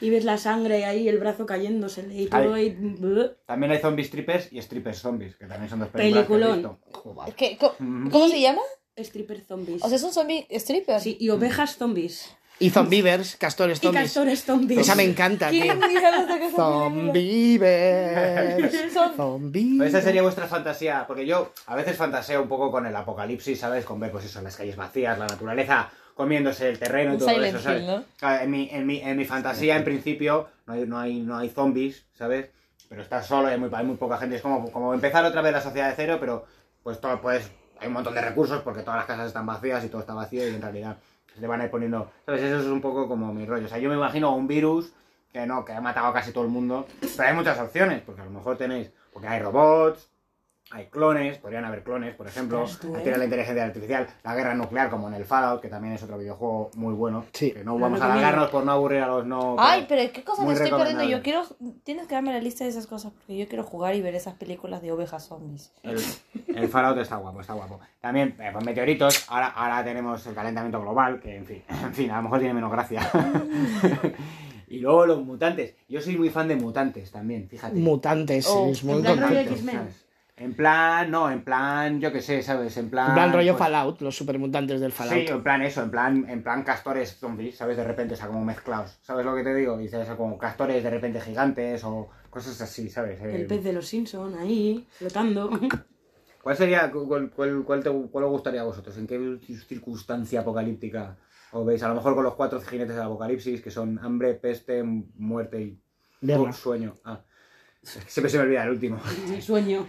D: Y ves la sangre ahí, el brazo cayéndosele y todo.
A: Ay.
D: Y... Buh.
A: también hay zombies strippers y strippers zombies, que también son dos películas. que he
D: Peliculón.
A: visto. Joder.
C: ¿Qué- co- ¿Cómo se llama?
D: Stripper zombies.
C: O sea, es un zombie stripper.
D: Sí, y ovejas zombies.
B: Y zombivers, castores
D: Y
B: zombies.
D: castores zombies.
B: Esa me encanta, tío.
C: ¿Quién diablos saca esa película?
B: Zombivers.
C: Son-
A: Pues esa
B: Zombivers.
A: sería vuestra fantasía, porque yo a veces fantaseo un poco con el apocalipsis, ¿sabes? Con ver, pues eso, las calles vacías, la naturaleza comiéndose el terreno y
C: Un
A: todo
C: Silent
A: eso, ¿sabes?
C: Hill, ¿no?
A: Claro, En, mi, en, mi, en mi fantasía, en principio, no hay, no hay, no hay zombies, ¿sabes? Pero estás solo y hay muy, hay muy poca gente. Es como, como empezar otra vez la sociedad de cero, pero pues todo, pues, hay un montón de recursos porque todas las casas están vacías y todo está vacío y en realidad se le van a ir poniendo... ¿Sabes? Eso es un poco como mi rollo. O sea, yo me imagino un virus que no, que ha matado a casi todo el mundo. Pero hay muchas opciones, porque a lo mejor tenéis... Porque hay robots, hay clones, podrían haber clones, por ejemplo,
D: Ostras, tú,
A: hay
D: ¿eh?
A: que ver la inteligencia artificial, la guerra nuclear, como en el Fallout, que también es otro videojuego muy bueno.
B: Sí.
A: Que no
D: Lo
A: vamos a
D: recomiendo.
A: alargarnos por no aburrir a los no.
C: Ay, pero ¿qué cosas me
A: Muy
C: estoy perdiendo? Yo
A: recomendable.
C: quiero. Tienes que darme la lista de esas cosas porque yo quiero jugar y ver esas películas de ovejas zombies.
A: El, el Fallout está guapo, está guapo. También, eh, pues meteoritos, ahora, ahora tenemos el calentamiento global, que en fin, en fin, a lo mejor tiene menos gracia. y luego los mutantes. Yo soy muy fan de mutantes también, fíjate.
B: Mutantes,
C: Oh,
B: es muy
D: en plan rollo
A: Mutantes,
B: importante.
D: X-Men.
A: ¿sabes? En plan, no, en plan, yo qué sé, ¿sabes? En plan.
B: En plan rollo
A: pues,
B: Fallout, los supermutantes del Fallout.
A: Sí, en plan eso, en plan, en plan castores zombies, ¿sabes? De repente, o sea, como mezclados, ¿sabes lo que te digo? Dices, como castores de repente gigantes o cosas así, ¿sabes? Eh,
D: El pez de los Simpson ahí, flotando.
A: ¿Cuál sería, cu- cuál, cuál, cuál te- cuál os gustaría a vosotros? ¿En qué circunstancia apocalíptica os veis? A lo mejor con los cuatro jinetes del apocalipsis, que son hambre, peste, muerte y
B: Guerra.
A: sueño. Ah, es que siempre se me olvida el último.
D: Sueño.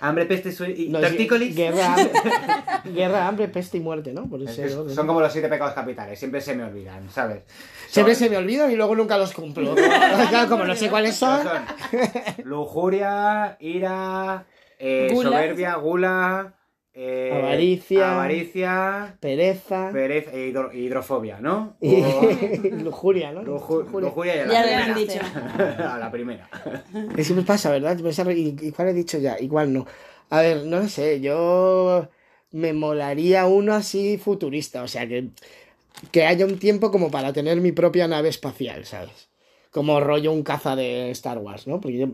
A: hambre, peste, sueño y
B: No, es
A: tortícolis.
B: guerra, hambre, guerra, hambre, peste y muerte, ¿no? Por
A: Es
B: ese
A: que
B: orden.
A: son como los siete pecados capitales, siempre se me olvidan, ¿sabes?
B: Siempre
A: Son-
B: se me olvidan y luego nunca los cumplo. Claro, como no sé cuáles son.
A: Pero son lujuria, ira, eh,
D: Gula.
A: soberbia, gula, eh,
B: Avaricia.
A: avaricia,
B: Pereza.
A: pereza e hidro- hidrofobia, ¿no?
B: y
A: O-
B: lujuria, ¿no?
A: luju- lujuria y a
C: Ya
A: la
C: lo
A: primera.
C: han
D: dicho.
A: a la primera.
B: Que siempre pasa, ¿verdad? Pensar, ¿y, y cuál he dicho ya? Igual no. A ver, no lo sé, yo me molaría uno así futurista, o sea, que, que haya un tiempo como para tener mi propia nave espacial, ¿sabes? Como rollo un caza de Star Wars, ¿no? Porque yo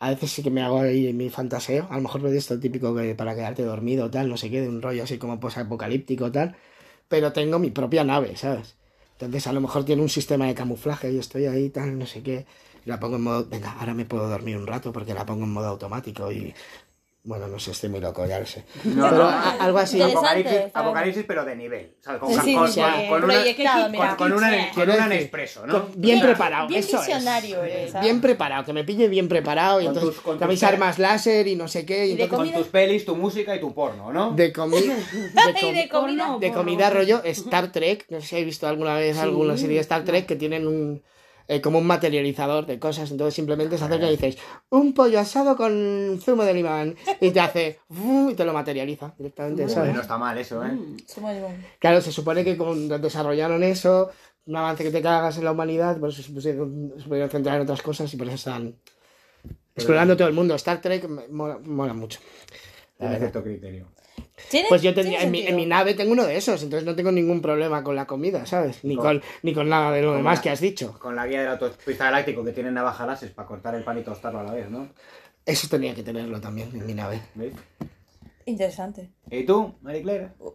B: a veces sí que me hago ahí mi fantaseo, a lo mejor no es esto típico que para quedarte dormido, tal, no sé qué, de un rollo así como posapocalíptico, tal, pero tengo mi propia nave, ¿sabes? Entonces a lo mejor tiene un sistema de camuflaje y estoy ahí, tal, no sé qué. Y la pongo en modo, venga, ahora me puedo dormir un rato porque la pongo en modo automático y... Bueno, no sé, estoy muy loco, ya lo sé.
A: No,
B: Pero
A: no.
B: a- algo así.
C: Interesante,
A: Apocalipsis,
C: ¿sabes?
A: apocalipsis, pero de nivel. ¿sabes? Con,
C: Sí,
A: con-
C: sí,
A: con-
C: sí,
A: con- con una,
C: proyectado,
D: con-
C: mira.
A: con una, con una Nespresso, ¿no?
B: Con- bien
C: Bien-
B: preparado,
C: bien
B: eso es.
C: visionario eres, ¿ah?
B: Bien preparado, que me pille bien preparado y
A: Con
B: entonces
A: tus- con
B: que mis
A: tus-
B: armas láser y no sé qué. y
C: Y de
B: entonces-
A: Con
C: comida.
A: tus pelis, tu música y tu porno, ¿no?
B: de, comi- de
C: Y
B: comi-
C: de comida.
D: Porno.
B: de comida rollo Star Trek. No sé si habéis visto alguna vez alguna serie de Star Trek que tienen un eh, como un materializador de cosas. Entonces simplemente se acerca y dices, un pollo asado con zumo de limón. Y te hace "Fu", y te lo materializa directamente. ¿sabes?
A: Joder, no está mal eso, ¿eh?
C: Zumo de limón.
B: Claro, se supone que cuando desarrollaron eso, un avance que te cagas en la humanidad, por eso se pusieron, se pudieron centrar en otras cosas y por eso están explorando todo el mundo. Star Trek me- mola, mola mucho.
A: Tiene cierto criterio.
C: ¿Tiene-
B: Pues yo
C: Eh, tiene
B: tenía, en, mi, en mi
C: sentido?
B: nave tengo uno de esos, entonces no tengo ningún problema con la comida, ¿sabes? Ni
A: No.
B: con, ni con nada de lo demás
A: la-
B: que has dicho.
A: Con la guía del autopista galáctico que tienen navaja láser para cortar el pan y tostarlo a la vez, ¿no?
B: Eso tenía que tenerlo también en mi nave.
A: ¿Veis?
C: Interesante.
A: ¿Y tú, Mary Claire?
C: Uy,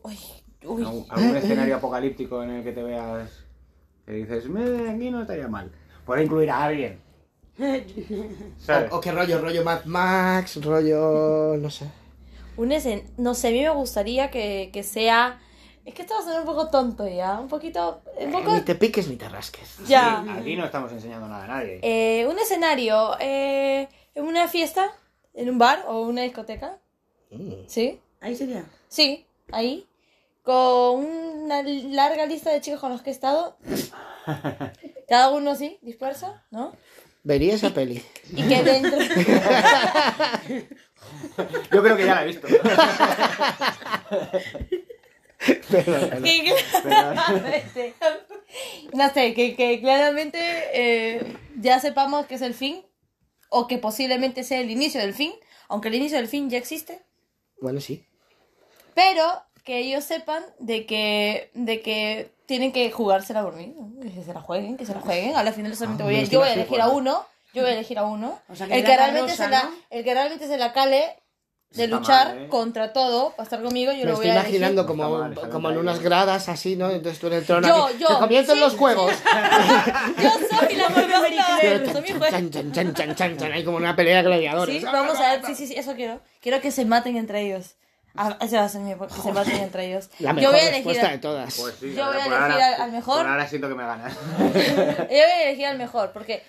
C: uy.
A: ¿Algún, algún escenario apocalíptico en el que te veas que dices, "Me, aquí no estaría mal? Por incluir a alguien, ¿sabes?
B: O, o qué rollo, rollo Mad Max, rollo... no sé.
C: Un escen- No sé, a mí me gustaría que, que sea. Es que esto va a sonar un poco tonto ya. Un poquito. Un poco.
B: Ni te piques ni te rasques.
C: Ya.
A: Aquí no estamos enseñando nada a nadie.
C: Eh, un escenario. eh, en una fiesta. En un bar o una discoteca.
B: Mm.
C: ¿Sí?
D: Ahí sería.
C: Sí, ahí. Con una larga lista de chicos con los que he estado. Cada uno así, disperso, ¿no?
B: Vería esa peli.
C: Y que dentro.
A: Yo creo que ya la he visto. Pues
C: que claramente- no sé, que, que claramente eh, ya sepamos que es el fin o que posiblemente sea el inicio del fin, aunque el inicio del fin ya existe,
B: Bueno, sí.
C: pero que ellos sepan de que, de que tienen que jugársela por mí, ¿no? que se la jueguen, que se la jueguen, al final solamente
B: Ah,
C: voy a,
B: menos
C: yo
B: mal
C: voy a
B: que
C: elegir a uno, yo voy a elegir a uno,
D: O sea, que
C: el,
D: era
C: que
D: la
C: realmente
D: rosa,
C: se la,
D: ¿no?
C: el que realmente se la cale de
A: Está
C: luchar
A: mal, ¿eh?
C: contra todo, para estar conmigo, yo
B: Me
C: lo voy
B: estoy
C: a elegir.
B: imaginando
A: Está
B: como,
A: mal, está
B: como
A: mal
B: en
A: traído.
B: unas gradas así, ¿no? Entonces tú en el trono.
C: Yo,
B: aquí,
C: yo,
B: ¡Te comienzo en
C: sí,
B: los
C: sí.
B: juegos!
C: Yo soy la malvada.
B: Pero chan,
C: soy mi
B: chan,
C: juez.
B: chan, chan, chan, chan, chan, chan, Hay como una pelea de gladiadores.
C: Sí, vamos a ver. Sí, sí, sí, eso quiero. Quiero que se maten entre ellos. Ah, ese va a ser mi que se maten entre ellos.
B: La
C: yo
B: mejor
C: voy a elegir.
B: respuesta de
C: al-
B: todas.
A: Pues sí,
C: Yo
A: ahora
C: voy a
A: por
C: elegir
A: ahora-
C: al- al mejor.
A: Por ahora siento que me ganas.
C: Yo voy a elegir al mejor, porque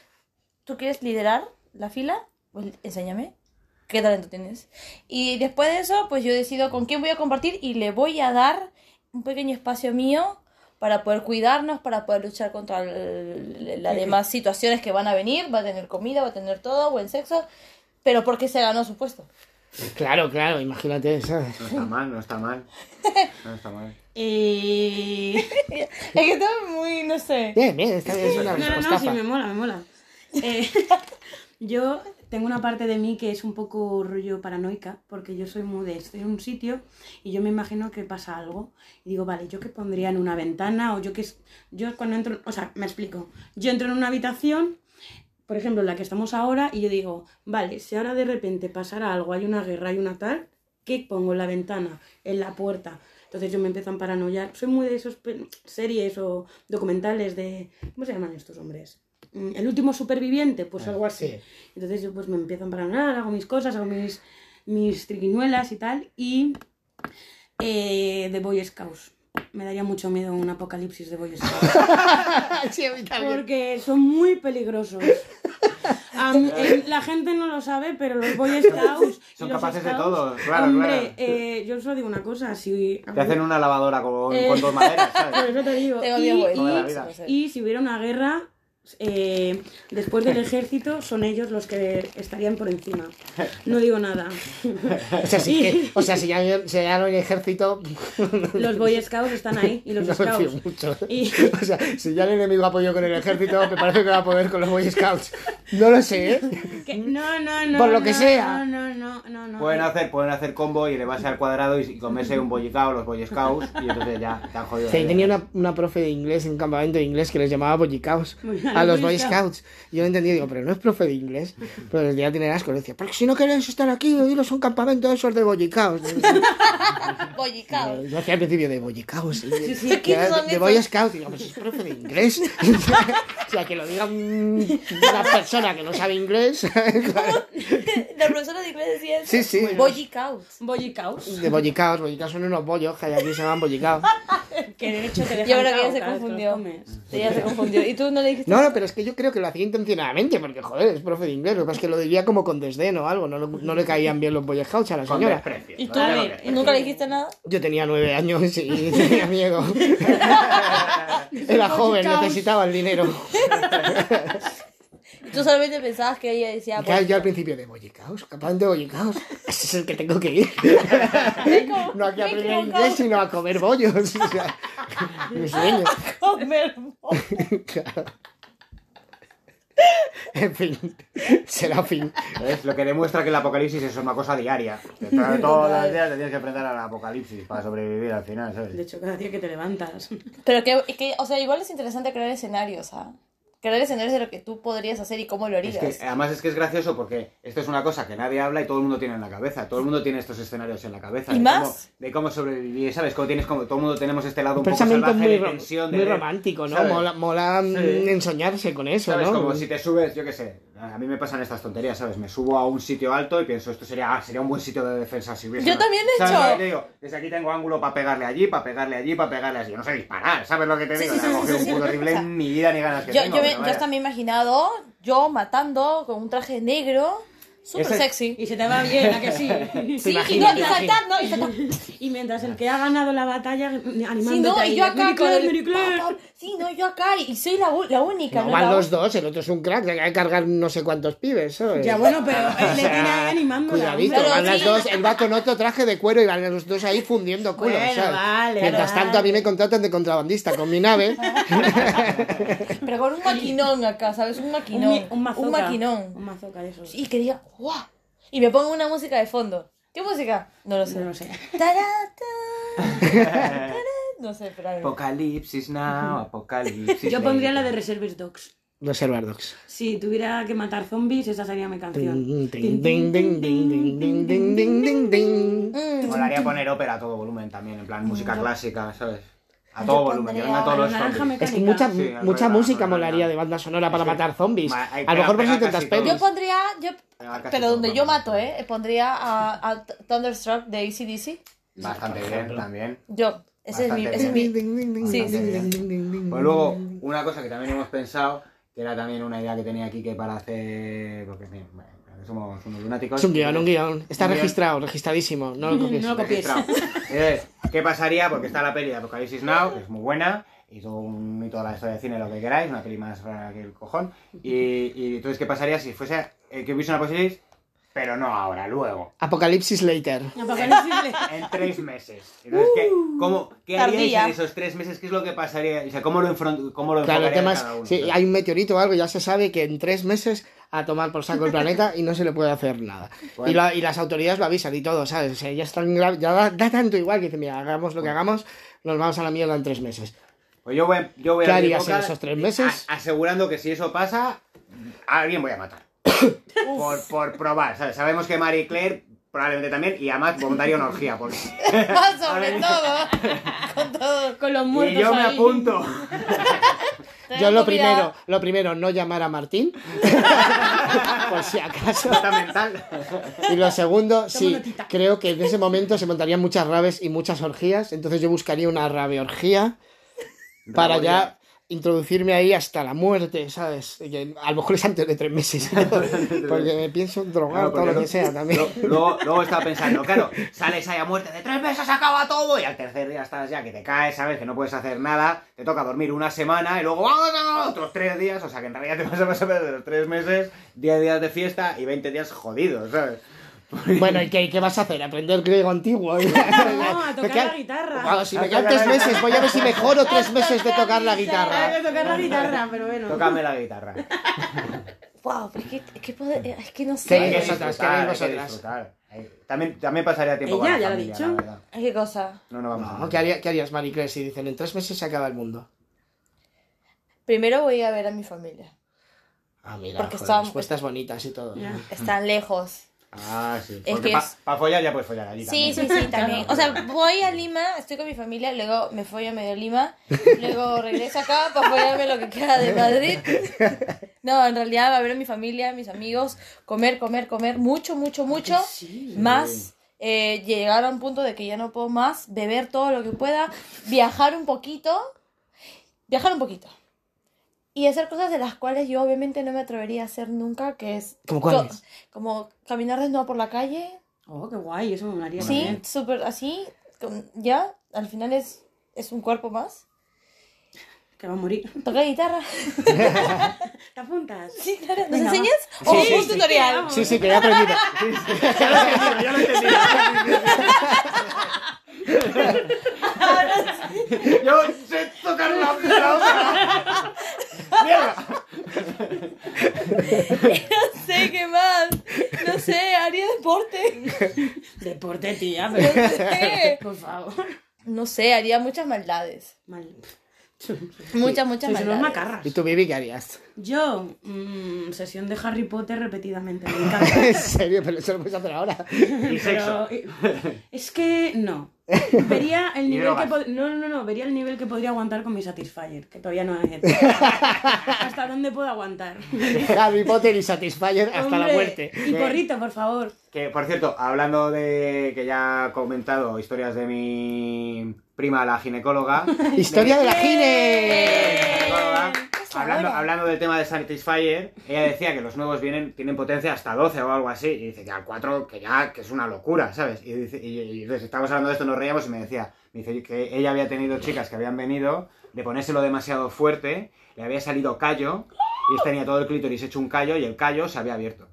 C: tú quieres liderar la fila, pues enséñame qué talento tienes. Y después de eso, pues yo decido con quién voy a compartir y le voy a dar un pequeño espacio mío para poder cuidarnos, para poder luchar contra el- las demás situaciones que van a venir. Va a tener comida, va a tener todo, buen sexo, pero porque se ganó su puesto.
B: Claro, claro, imagínate, ¿sabes?
A: No está mal, no está mal. No está mal.
D: Eh...
C: Es que estoy muy, no sé.
B: Bien, bien, está bien, es una
D: No, no,
B: respuesta.
D: no, sí, me mola, me mola. Eh, yo tengo una parte de mí que es un poco rollo paranoica, porque yo soy muy de estoy en un sitio y yo me imagino que pasa algo. Y digo, vale, ¿yo qué pondría en una ventana? O yo qué... es- Yo cuando entro... O sea, me explico. Yo entro en una habitación por ejemplo, la que estamos ahora, y yo digo, vale, si ahora de repente pasara algo, hay una guerra, hay una tal, ¿qué pongo en la ventana, en la puerta? Entonces yo me empiezo a paranoiar. Soy muy de esos pe- series o documentales de... ¿Cómo se llaman estos hombres? Mm, El último superviviente, pues algo así.
B: sí.
D: Entonces yo pues me empiezo a paranoiar, hago mis cosas, hago mis, mis triquiñuelas y tal, y eh, de Boy Scouts. Me daría mucho miedo un apocalipsis de Boy Scouts.
B: Sí, a mí también.
D: Porque son muy peligrosos. A mí- eh, la gente no lo sabe, pero los Boy Scouts. y
A: Son
D: los
A: capaces de
D: Scouts,
A: todo, claro,
D: Hombre,
A: claro.
D: eh, yo solo digo una cosa: si.
A: Te hacen una lavadora con,
D: Eh.
A: con dos maderas,
D: Por
A: ¿sabes?
D: eso te digo.
C: Tengo
D: y,
C: miedo, güey.
D: y-
A: Toda la vida.
D: y si hubiera una guerra, eh, después del ejército son ellos los que estarían por encima. No digo nada.
B: O sea, si, que- o sea, si ya, si ya no hay ejército,
D: Los Boy Scouts están ahí y los
B: no me fío
D: Scouts.
B: mucho.
D: Y-
B: O sea, si ya el enemigo ha podido con el ejército, me parece que va a poder con los Boy Scouts. No lo sé, ¿eh?
D: que- no, no, no.
B: Por lo que
D: no,
B: sea.
D: No, no, no, no. eh, no.
A: Pueden hacer, pueden hacer combo y elevarse al cuadrado y, y comerse un bollicao, los boy scouts, y entonces ya, te han jodido. la
B: O sea, yo
A: vida.
B: tenía una, una profe de inglés en un campamento de inglés que les llamaba bollicaos
D: Bueno,
B: a los Boy
D: Boy Scouts.
B: Scouts. Yo no entendía, digo, pero no es profe de inglés. Pero el día tiene asco, le decía, pero si no queréis estar aquí, iros a un campamento de esos de bollicaos.
C: Bollicao.
B: Yo hacía al principio de bollicaos. Sí,
D: sí,
C: ¿quién son
B: de Boy
C: esos?
B: Scouts. Y digo, pues es profe de inglés. o sea, que lo diga un- una persona que no sabe inglés. claro.
C: La profesora de inglés decía eso.
B: Sí, sí.
C: Bollicaos.
D: Boy Scouts.
B: De bollicaos, bollicaos son unos bollos que aquí se llaman bollicaos.
D: Que de hecho te dejan
C: Yo creo que
D: cao
C: ella se
D: cada vez los
C: confundió.
D: comes.
C: Ella se confundió. Y tú no le dijiste.
B: No, no, pero es que yo creo que lo hacía intencionadamente, porque joder, es profe de inglés, lo que pasa es que lo diría como con desdén o algo, no, lo- no le caían bien los Boy Scouts a la
A: Con
B: señora.
A: desprecio.
D: Y
A: lo
D: tú,
A: hacía
D: a
A: con
D: ver,
A: desprecio.
C: Nunca le dijiste nada.
B: Yo tenía nueve años y tenía miedo. Era joven, necesitaba el dinero.
C: Y tú solamente pensabas que ella decía.
B: Claro,
C: "Boy".
B: yo al principio de Boy Scouts, capaz de Boy Scouts, ese es el que tengo que ir. No aquí a aprender
C: Me he equivocado.
B: inglés, sino a comer bollos. O sea, mi sueño.
C: Comer bollo.
B: Claro. En fin, será fin.
A: ¿Ves? Lo que demuestra que el apocalipsis es una cosa diaria. Te trae Todos los días te tienes que enfrentar al apocalipsis para sobrevivir al final,
D: De
A: ¿sabes?
D: hecho, cada día que te levantas.
C: Pero que, es que, o sea, igual es interesante crear escenarios, ¿ah? Crear escenarios de lo que tú podrías hacer y cómo lo
A: Es
C: harías.
A: que, eh, además es que es gracioso porque esto es una cosa que nadie habla y todo el mundo tiene en la cabeza. Todo el mundo tiene estos escenarios en la cabeza.
C: ¿Y
A: de
C: más?
A: Cómo, de cómo sobrevivir, ¿sabes? Como tienes como todo el mundo tenemos este lado un poco
B: pensamiento
A: salvaje de
B: muy, ro-
A: tensión. de
B: muy
A: ver,
B: romántico, ¿no?
A: ¿sabes?
B: Mola, mola mm,
A: Sí.
B: ensoñarse con eso,
A: ¿Sabes?
B: ¿no?
A: Como si te subes, yo qué sé, a mí me pasan estas tonterías, ¿sabes? Me subo a un sitio alto y pienso, esto sería, ah, sería un buen sitio de defensa si hubiese
C: Yo
A: una-
C: también he
A: ¿Sabes
C: hecho.
A: lo que te digo? Desde aquí tengo ángulo para pegarle allí, para pegarle allí, para pegarle así. Yo no sé disparar, ¿sabes lo que te
C: Sí,
A: digo?
C: sí,
A: Le he
C: sí,
A: cogido
C: sí, sí,
A: un puto
C: sí.
A: rifle
C: O sea,
A: en mi vida ni ganas que
C: Yo,
A: tengo.
C: yo, me,
A: pero
C: yo
A: vaya.
C: hasta me he imaginado yo matando con un traje negro, súper
A: Ese-
C: sexy.
D: Y se te va bien, ¿a que sí?
B: imaginas, te
C: Sí, y, no, y
B: imaginas.
C: saltando, y saltando.
D: Y mientras el que ha ganado la batalla eh, animándote
C: Sí, no, y
D: ahí,
C: yo acá,
D: "Mary
C: claro,
D: Claire, Mary Claire".
C: pa, pa, sí, no, yo acá, y soy la, u- la única.
B: No,
C: ¿no?
B: van
C: La-
B: los dos, el otro es un crack, hay que cargar no sé cuántos pibes, ¿sabes?
D: Ya bueno, pero
C: Ah.
D: él le
B: O sea,
D: tiene ahí animándola.
B: Cuidadito,
C: Pero
B: van
C: sí.
B: las dos, él va con otro traje de cuero y van los dos ahí fundiendo culo,
D: Bueno,
B: ¿sabes?
D: vale,
B: Mientras tanto, a mí
D: vale.
B: me contratan de contrabandista con mi nave.
C: Pero con un maquinón acá, ¿sabes? Un
D: Un,
C: maquinón.
D: mi- un mazoca.
C: maquinón.
D: Un mazoca de esos.
C: Y quería, ¡guau! Y me pongo una música de fondo. ¿Qué música? No lo sé.
D: No lo sé.
C: Tará, tará, tará. No sé, pero algo.
A: Apocalipsis now, apocalipsis.
D: Yo pondría la
A: later.
D: de Reservoir Dogs.
B: Reservar Dogs.
D: Si tuviera que matar zombies, esa sería mi canción.
B: Ding, ding, ding, ding, ding, ding, ding, ding, ding, ding.
C: Mm,
A: Molaría poner ópera a todo volumen también, en plan música clásica, ¿sabes? A todo volumen, que
C: pondría
A: venga todos los
D: Naranja
A: zombies.
D: Mecánica.
B: Es que mucha,
A: Sí, algo
B: mucha
A: era,
B: música
A: algo era.
B: molaría de banda sonora para
A: Sí.
B: matar zombies.
A: Ma- hay-
B: a lo mejor por eso
A: pega
B: intentas
A: casi todo.
B: pelis.
C: Yo pondría, yo,
A: Ah, casi
C: pero
A: todo,
C: donde
A: ¿no?
C: yo mato, ¿eh? Pondría a, a Th- Thunderstruck de ACDC.
A: Bastante bien, también.
C: Yo, ese es mi,
A: Bastante
C: ese es
A: bien.
C: mi. Sí,
A: Bastante
C: sí,
A: bien. Pues luego, una cosa que también hemos pensado, que era también una idea que tenía aquí que para hacer. Porque en fin, bueno, somos unos lunáticos.
B: Es un guión, un guión. Está
A: Un guión.
B: registrado, registradísimo. No lo copies.
D: No lo copies.
A: Registrado. pues, Entonces, ¿Qué pasaría? Porque está la peli de Apocalipsis Now, que es muy buena, y, todo un- y toda la historia de cine, lo que queráis, una peli más rara que el cojón. Y, y entonces, ¿qué pasaría si fuese eh, que hubiese una apocalipsis, pero no ahora, luego?
B: Apocalipsis Later.
D: Apocalipsis.
A: En tres meses. Entonces, ¿qué, cómo, ¿qué haríais
C: Tardía.
A: en esos tres meses? ¿Qué es lo que pasaría? O sea, ¿cómo lo, enfron- cómo lo
B: Claro, el
A: enfocaría
B: tema es,
A: cada uno?
B: si hay un meteorito o algo, ya se sabe que en tres meses a tomar por saco el planeta y no se le puede hacer nada.
A: Bueno.
B: Y, la- y las autoridades lo avisan y todo, ¿sabes? O sea, ya, están, gra- ya da, da tanto igual que dicen, mira, hagamos lo que hagamos, nos vamos a la mierda en tres meses.
A: Pues yo voy, yo voy
B: ¿Qué
A: a abrir
B: harías en
A: boca
B: esos tres meses?
A: a- asegurando que si eso pasa, a alguien voy a matar. por, por probar, ¿sabes? Sabemos que Marie Claire probablemente también, y además voluntaria una orgía. Porque...
C: Más sobre todo. Con todo.
D: Con los muertos
A: y yo me
D: ahí.
A: apunto.
B: Yo lo
C: Mira,
B: primero, lo primero, no llamar a Martín, por si acaso.
A: Está mental.
B: Y lo segundo, sí,
D: notita.
B: creo que en ese momento se montarían muchas raves y muchas orgías, entonces yo buscaría una raveorgía para ya introducirme ahí hasta la muerte, ¿sabes? Que a lo mejor es antes de tres meses, ¿no? porque me pienso drogar
A: Claro,
B: o todo
A: porque
B: lo
A: lo-
B: que sea también.
A: Lo- Luego, luego estaba pensando, claro, sales ahí a muerte de tres meses, acaba todo, y al tercer día estás ya que te caes, sabes que no puedes hacer nada, te toca dormir una semana y luego ¡vámonos! otros tres días, o sea que en realidad te vas a pasar de los tres meses, 10 días de fiesta y 20 días jodidos, ¿sabes?
B: Bueno, ¿y qué, qué vas a hacer? ¿Aprender griego antiguo?
D: No, a
B: Me
D: tocar
B: quedan-
D: la guitarra.
B: Guau, si
A: A
B: me quedan
A: tocar
B: tres
A: la
B: meses, voy a ver si mejoro tres
C: A
B: meses de
C: tocar
B: tocar la
D: Hay
B: guitarra.
D: que tocar la guitarra, pero bueno.
A: Tócame la guitarra.
C: Wow, pero es que, es que, poder- es que no
A: Hay
B: Sí,
A: que
C: sé.
B: vosotras,
A: disfrutar,
B: queréis
A: hay que
B: vosotras.
A: disfrutar. Hay- También, también pasaría tiempo
D: Ella
A: con la
D: ya lo ha
A: familia,
D: dicho.
A: la verdad.
C: ¿Qué cosa?
A: No, no vamos. a
B: No, ¿qué, haría- qué harías, Maricrés, si dicen en tres meses se acaba el mundo?
C: Primero voy a ver a mi familia.
B: Ah, mira,
C: Porque
B: joder,
C: está-
B: respuestas bonitas y todo.
D: Ya.
C: Están lejos.
A: Ah, sí.
C: Es
A: Porque
C: que
A: para
C: es-
A: follar ya puedes follar allí
C: Sí,
A: también.
C: sí, sí, también. O sea, voy a Lima, estoy con mi familia, luego me voy a medio Lima, luego regreso acá para apoyarme lo que queda de Madrid. No, en realidad va a ver a mi familia, a mis amigos, comer, comer, comer, mucho, mucho, mucho,
D: Sí.
C: más. eh, llegar a un punto de que ya no puedo más, beber todo lo que pueda, viajar un poquito, viajar un poquito. Y hacer cosas de las cuales yo obviamente no me atrevería a hacer nunca, que es...
B: ¿Cómo cuáles?
C: co- Como caminar desnudo por la calle,
D: Oh, qué guay, eso me molaría
C: Sí,
D: también.
C: súper así, con- ya, al final es, es un cuerpo más.
D: Que va a morir.
C: Toca guitarra.
D: ¿Te apuntas?
C: Sí, claro. ¿Nos
D: Venga, va.
C: enseñas? o
B: Sí, sí,
C: un
B: sí.
C: tutorial.
B: Sí, sí, que ya he aprendido.
A: Yo lo he entendido. Yo sé tocar la flauta. Mierda.
C: No sé qué más. No sé, haría deporte.
D: Deporte, tía,
C: No
D: pero.
C: sé.
D: Por favor.
C: No sé, haría muchas maldades.
D: Mal.
C: Muchas, muchas
D: Sois unos
C: maldades.
D: macarras.
B: ¿Y tú, Vivi, qué harías?
D: Yo, mm, sesión de Harry Potter repetidamente, me encanta.
B: En serio, pero eso lo puedes hacer ahora.
A: Y sexo.
D: Pero, eh, es que no. Vería el nivel que
A: drogas.
D: pod- no, no, no, no, vería el nivel que podría aguantar con mi Satisfyer, que todavía no he Hasta dónde puedo aguantar.
B: Harry Potter y Satisfyer hasta la
D: Hombre,
B: muerte.
D: Y porrito, por favor.
A: Que, por cierto, hablando de que ya he comentado historias de mi prima, la ginecóloga.
B: ¡Historia de la
A: de mi
B: gine!
A: ginecóloga,
C: Hasta
A: Hablando,
C: Pues ahora.
A: hablando del tema de Satisfyer, ella decía que los nuevos vienen, tienen potencia hasta 12 o algo así, y dice que al 4 que ya que es una locura, ¿sabes? Y, dice, y, y entonces estábamos hablando de esto, nos reíamos y me decía, me dice que ella había tenido chicas que habían venido, de ponérselo demasiado fuerte, le había salido callo, y este tenía todo el clítoris hecho un callo, y el callo se había abierto.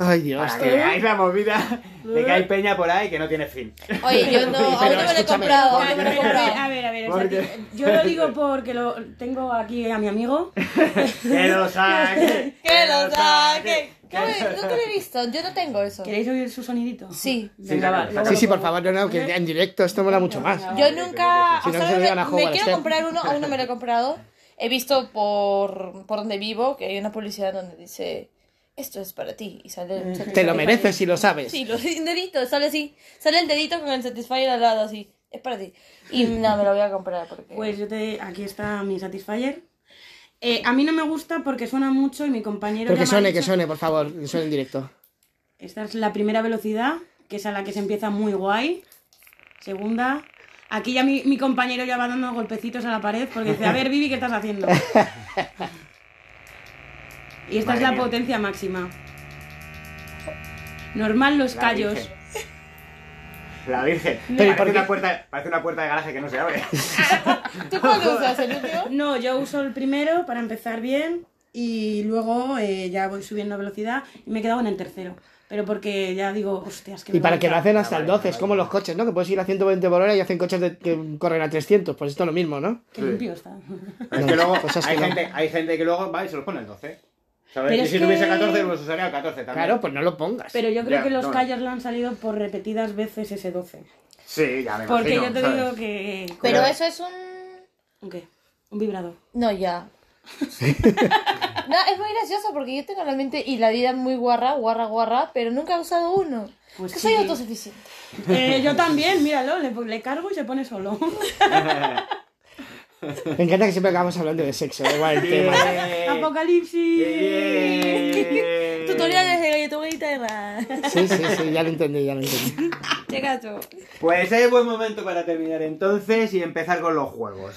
B: Ay, Dios.
A: Para que veáis la movida de que hay peña por ahí que no tiene fin.
C: Oye, yo no, aún no me lo he
B: escúchame,
C: comprado. aún
D: A
C: no me lo he
D: ver,
C: comprado.
D: a ver, a ver, o sea,
A: Porque-
D: que- yo lo digo porque lo tengo aquí a mi amigo.
A: ¡Que lo saque!
C: Que lo saque.
A: que-
C: No, me- nunca lo he visto. Yo no tengo eso.
D: ¿Queréis oír su sonidito?
C: Sí.
D: Venga, va,
A: Sí,
D: luego
B: Sí, sí,
D: lo
B: por
D: pongo.
B: favor, no, no, que en directo esto mola mucho más.
C: Yo nunca.
B: Si no,
C: o sea,
B: se lo digan a ¿eh?
C: me,
B: Howard
C: me quiero
B: Stern.
C: comprar uno, aún no me lo he comprado. He visto por, por donde vivo que hay una publicidad donde dice: Esto es para ti. Y sale. el
B: Te lo
C: Satisfyer.
B: mereces si lo sabes.
C: Sí, los deditos, sale así. Sale el dedito con el Satisfyer al lado, así. Es para ti. Y no, me lo voy a comprar porque.
D: Pues yo te. Aquí está mi Satisfyer. Eh, a mí no me gusta porque suena mucho y mi compañero.
B: Pero
D: ya
B: que
D: me ha
B: suene, que
D: dicho-
B: suene, por favor, que suene en directo.
D: Esta es la primera velocidad, que es a la que se empieza muy guay. Segunda. Aquí ya mi, mi compañero ya va dando golpecitos a la pared porque dice, a ver, Vivi, ¿qué estás haciendo? Y esta
A: Madre
D: es la
A: mía.
D: potencia máxima. Normal los
A: La
D: callos.
A: Virgen. La Virgen.
B: Pero ¿y
A: Parece,
B: por qué?
A: una puerta, parece una puerta de garaje que no se abre.
C: ¿Tú cuál usas, el último?
D: No, yo uso el primero para empezar bien y luego eh, ya voy subiendo velocidad y me he quedado en el tercero. Pero porque ya digo, hostias, que
B: Y
D: me
B: para
D: va
B: que
D: a
B: lo
D: entrar".
B: hacen hasta el 12, es como los coches, ¿no? Que puedes ir a 120 por hora y hacen coches de- que corren a 300, pues esto es lo mismo, ¿no?
D: Qué limpio está.
A: Pero es que luego
B: cosas que
A: hay,
B: no. pues
A: gente, hay gente que luego va y se los pone el 12. ¿sabes?
D: Pero
A: Y
D: es
A: si tuviese
D: que-
A: 14, los usaría el 14 también.
B: Claro, pues no lo pongas.
D: Pero yo creo
A: Ya,
D: que los
A: no. eh.
D: callos le han salido por repetidas veces ese 12.
A: Sí, ya me
D: Porque
A: imagino,
D: yo te
A: ¿sabes?
D: digo que...
C: Pero eso es un.
D: ¿Un qué? Un vibrador.
C: No, ya. No, es muy gracioso porque yo tengo la mente y la vida muy guarra, guarra, guarra, pero nunca he usado uno.
D: Pues
C: que
D: sí.
C: soy autosuficiente.
D: Eh, yo también, míralo, le, le cargo y se pone solo.
B: Me encanta que siempre acabamos hablando de sexo, da igual el tema.
A: Bien.
D: Apocalipsis.
B: Eh.
A: Bien.
C: Tutoriales de galleto guitarra.
B: Sí, sí, sí, ya lo entendí, ya lo entendí.
C: Checa tú.
A: Pues es buen momento para terminar entonces y empezar con los juegos.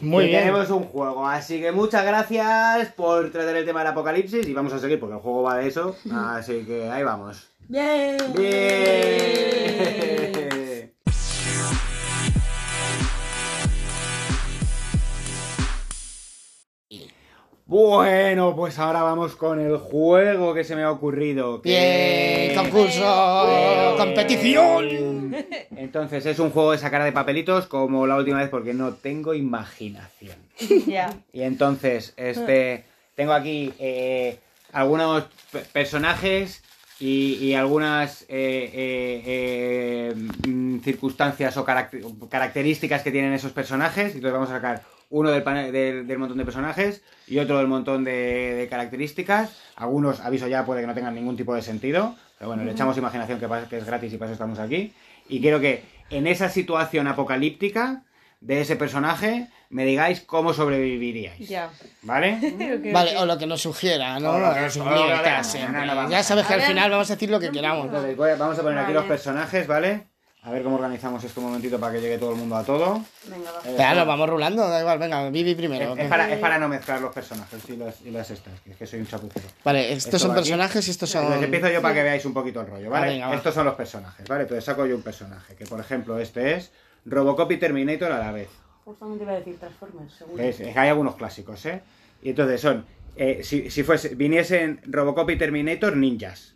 B: Muy
A: que
B: bien.
A: Tenemos un juego, así que muchas gracias por tratar el tema del apocalipsis y vamos a seguir porque el juego va de eso. Así que ahí vamos.
D: ¡Bien!
A: Bien. Bueno, pues ahora vamos con el juego que se me ha ocurrido. que-
B: Bien, concurso, competición.
A: Entonces es un juego de sacar de papelitos como la última vez porque no tengo imaginación.
C: Ya.
A: Y entonces, este, tengo aquí eh, algunos pe- personajes y, y algunas eh, eh, eh, mm, circunstancias o caracter- características que tienen esos personajes. Entonces vamos a sacar uno del, pane- del, del montón de personajes y otro del montón de, de características. Algunos, aviso ya, puede que no tengan ningún tipo de sentido. Pero bueno, le echamos imaginación que, pa- que es gratis y para eso estamos aquí. Y quiero que en esa situación apocalíptica de ese personaje me digáis cómo sobreviviríais.
C: Ya.
A: ¿Vale?
B: Vale, o lo que nos sugiera, ¿no?
A: O lo que-
B: Lo que
A: o lo
B: sugiera,
A: que
B: el
A: haga,
B: caso.
A: no, no, vamos.
B: Ya sabes que al
C: A ver.
B: final vamos a decir lo que queramos.
A: Entonces, voy a- vamos a poner aquí
C: Vale.
A: los personajes, ¿vale? A ver cómo organizamos esto un momentito para que llegue todo el mundo a todo.
D: Venga, va.
A: Eh,
B: Ya, nos vamos rulando, da igual, venga, Vivi primero.
A: es, es para, es para no mezclar los personajes y las, y las estas, que es que soy un chapucero.
B: Vale,
A: Esto
B: estos son
A: va aquí.
B: personajes y estos son...
A: Entonces empiezo yo para que veáis un poquito el rollo, ¿vale?
B: Ah, venga, va.
A: Estos son los personajes, ¿vale? Entonces saco yo un personaje, que por ejemplo este es Robocop y Terminator a la vez.
D: Justamente iba a decir Transformers, seguro.
A: Es- es que hay algunos clásicos, ¿eh? Y entonces son, eh, si, si fuese, viniesen Robocop y Terminator, ninjas.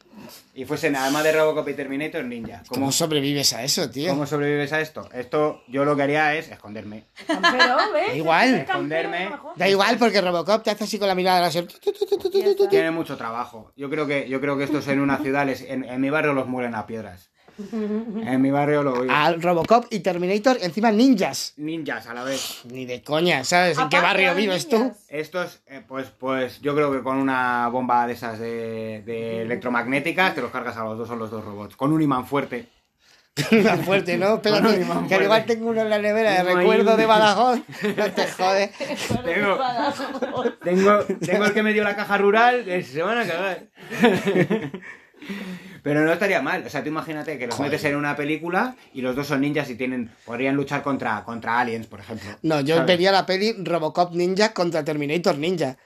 A: Y fuesen, además de Robocop y Terminator, ninjas. Como-
B: ¿Cómo sobrevives a eso, tío?
A: ¿Cómo sobrevives a esto? Esto yo lo que haría es esconderme.
D: Campero, ¿ves?
B: Da igual.
A: Esconderme.
B: Da igual, porque Robocop te hace así con la mirada de la ser-
A: Tiene mucho trabajo. Yo creo que, yo creo que estos en una ciudad, les- en, en mi barrio los mueren a piedras. En mi barrio lo oigo.
B: Al Robocop y Terminator, encima ninjas.
A: Ninjas a la vez.
B: Ni de coña, ¿sabes? ¿En qué
C: Aparte,
B: barrio
C: las
B: vives tú?
C: niñas.
A: Estos, eh, pues, pues yo creo que con una bomba de esas de, de electromagnéticas te los cargas a los dos, son los dos robots. Con un imán fuerte.
B: Más fuerte, ¿no? Espérate,
A: Con un imán
B: que al igual
A: fuerte.
B: tengo uno en la nevera de
A: No hay
B: recuerdo
A: un-
B: de Badajoz. No te jodes.
A: Tengo, tengo, tengo el que me dio la caja rural, que se van a cagar. Pero no estaría mal. O sea, tú imagínate que los
B: Joder.
A: metes en una película y los dos son ninjas y tienen podrían luchar contra, contra aliens, por ejemplo.
B: No, yo
A: ¿Sabes?
B: vería la peli Robocop Ninja contra Terminator Ninja.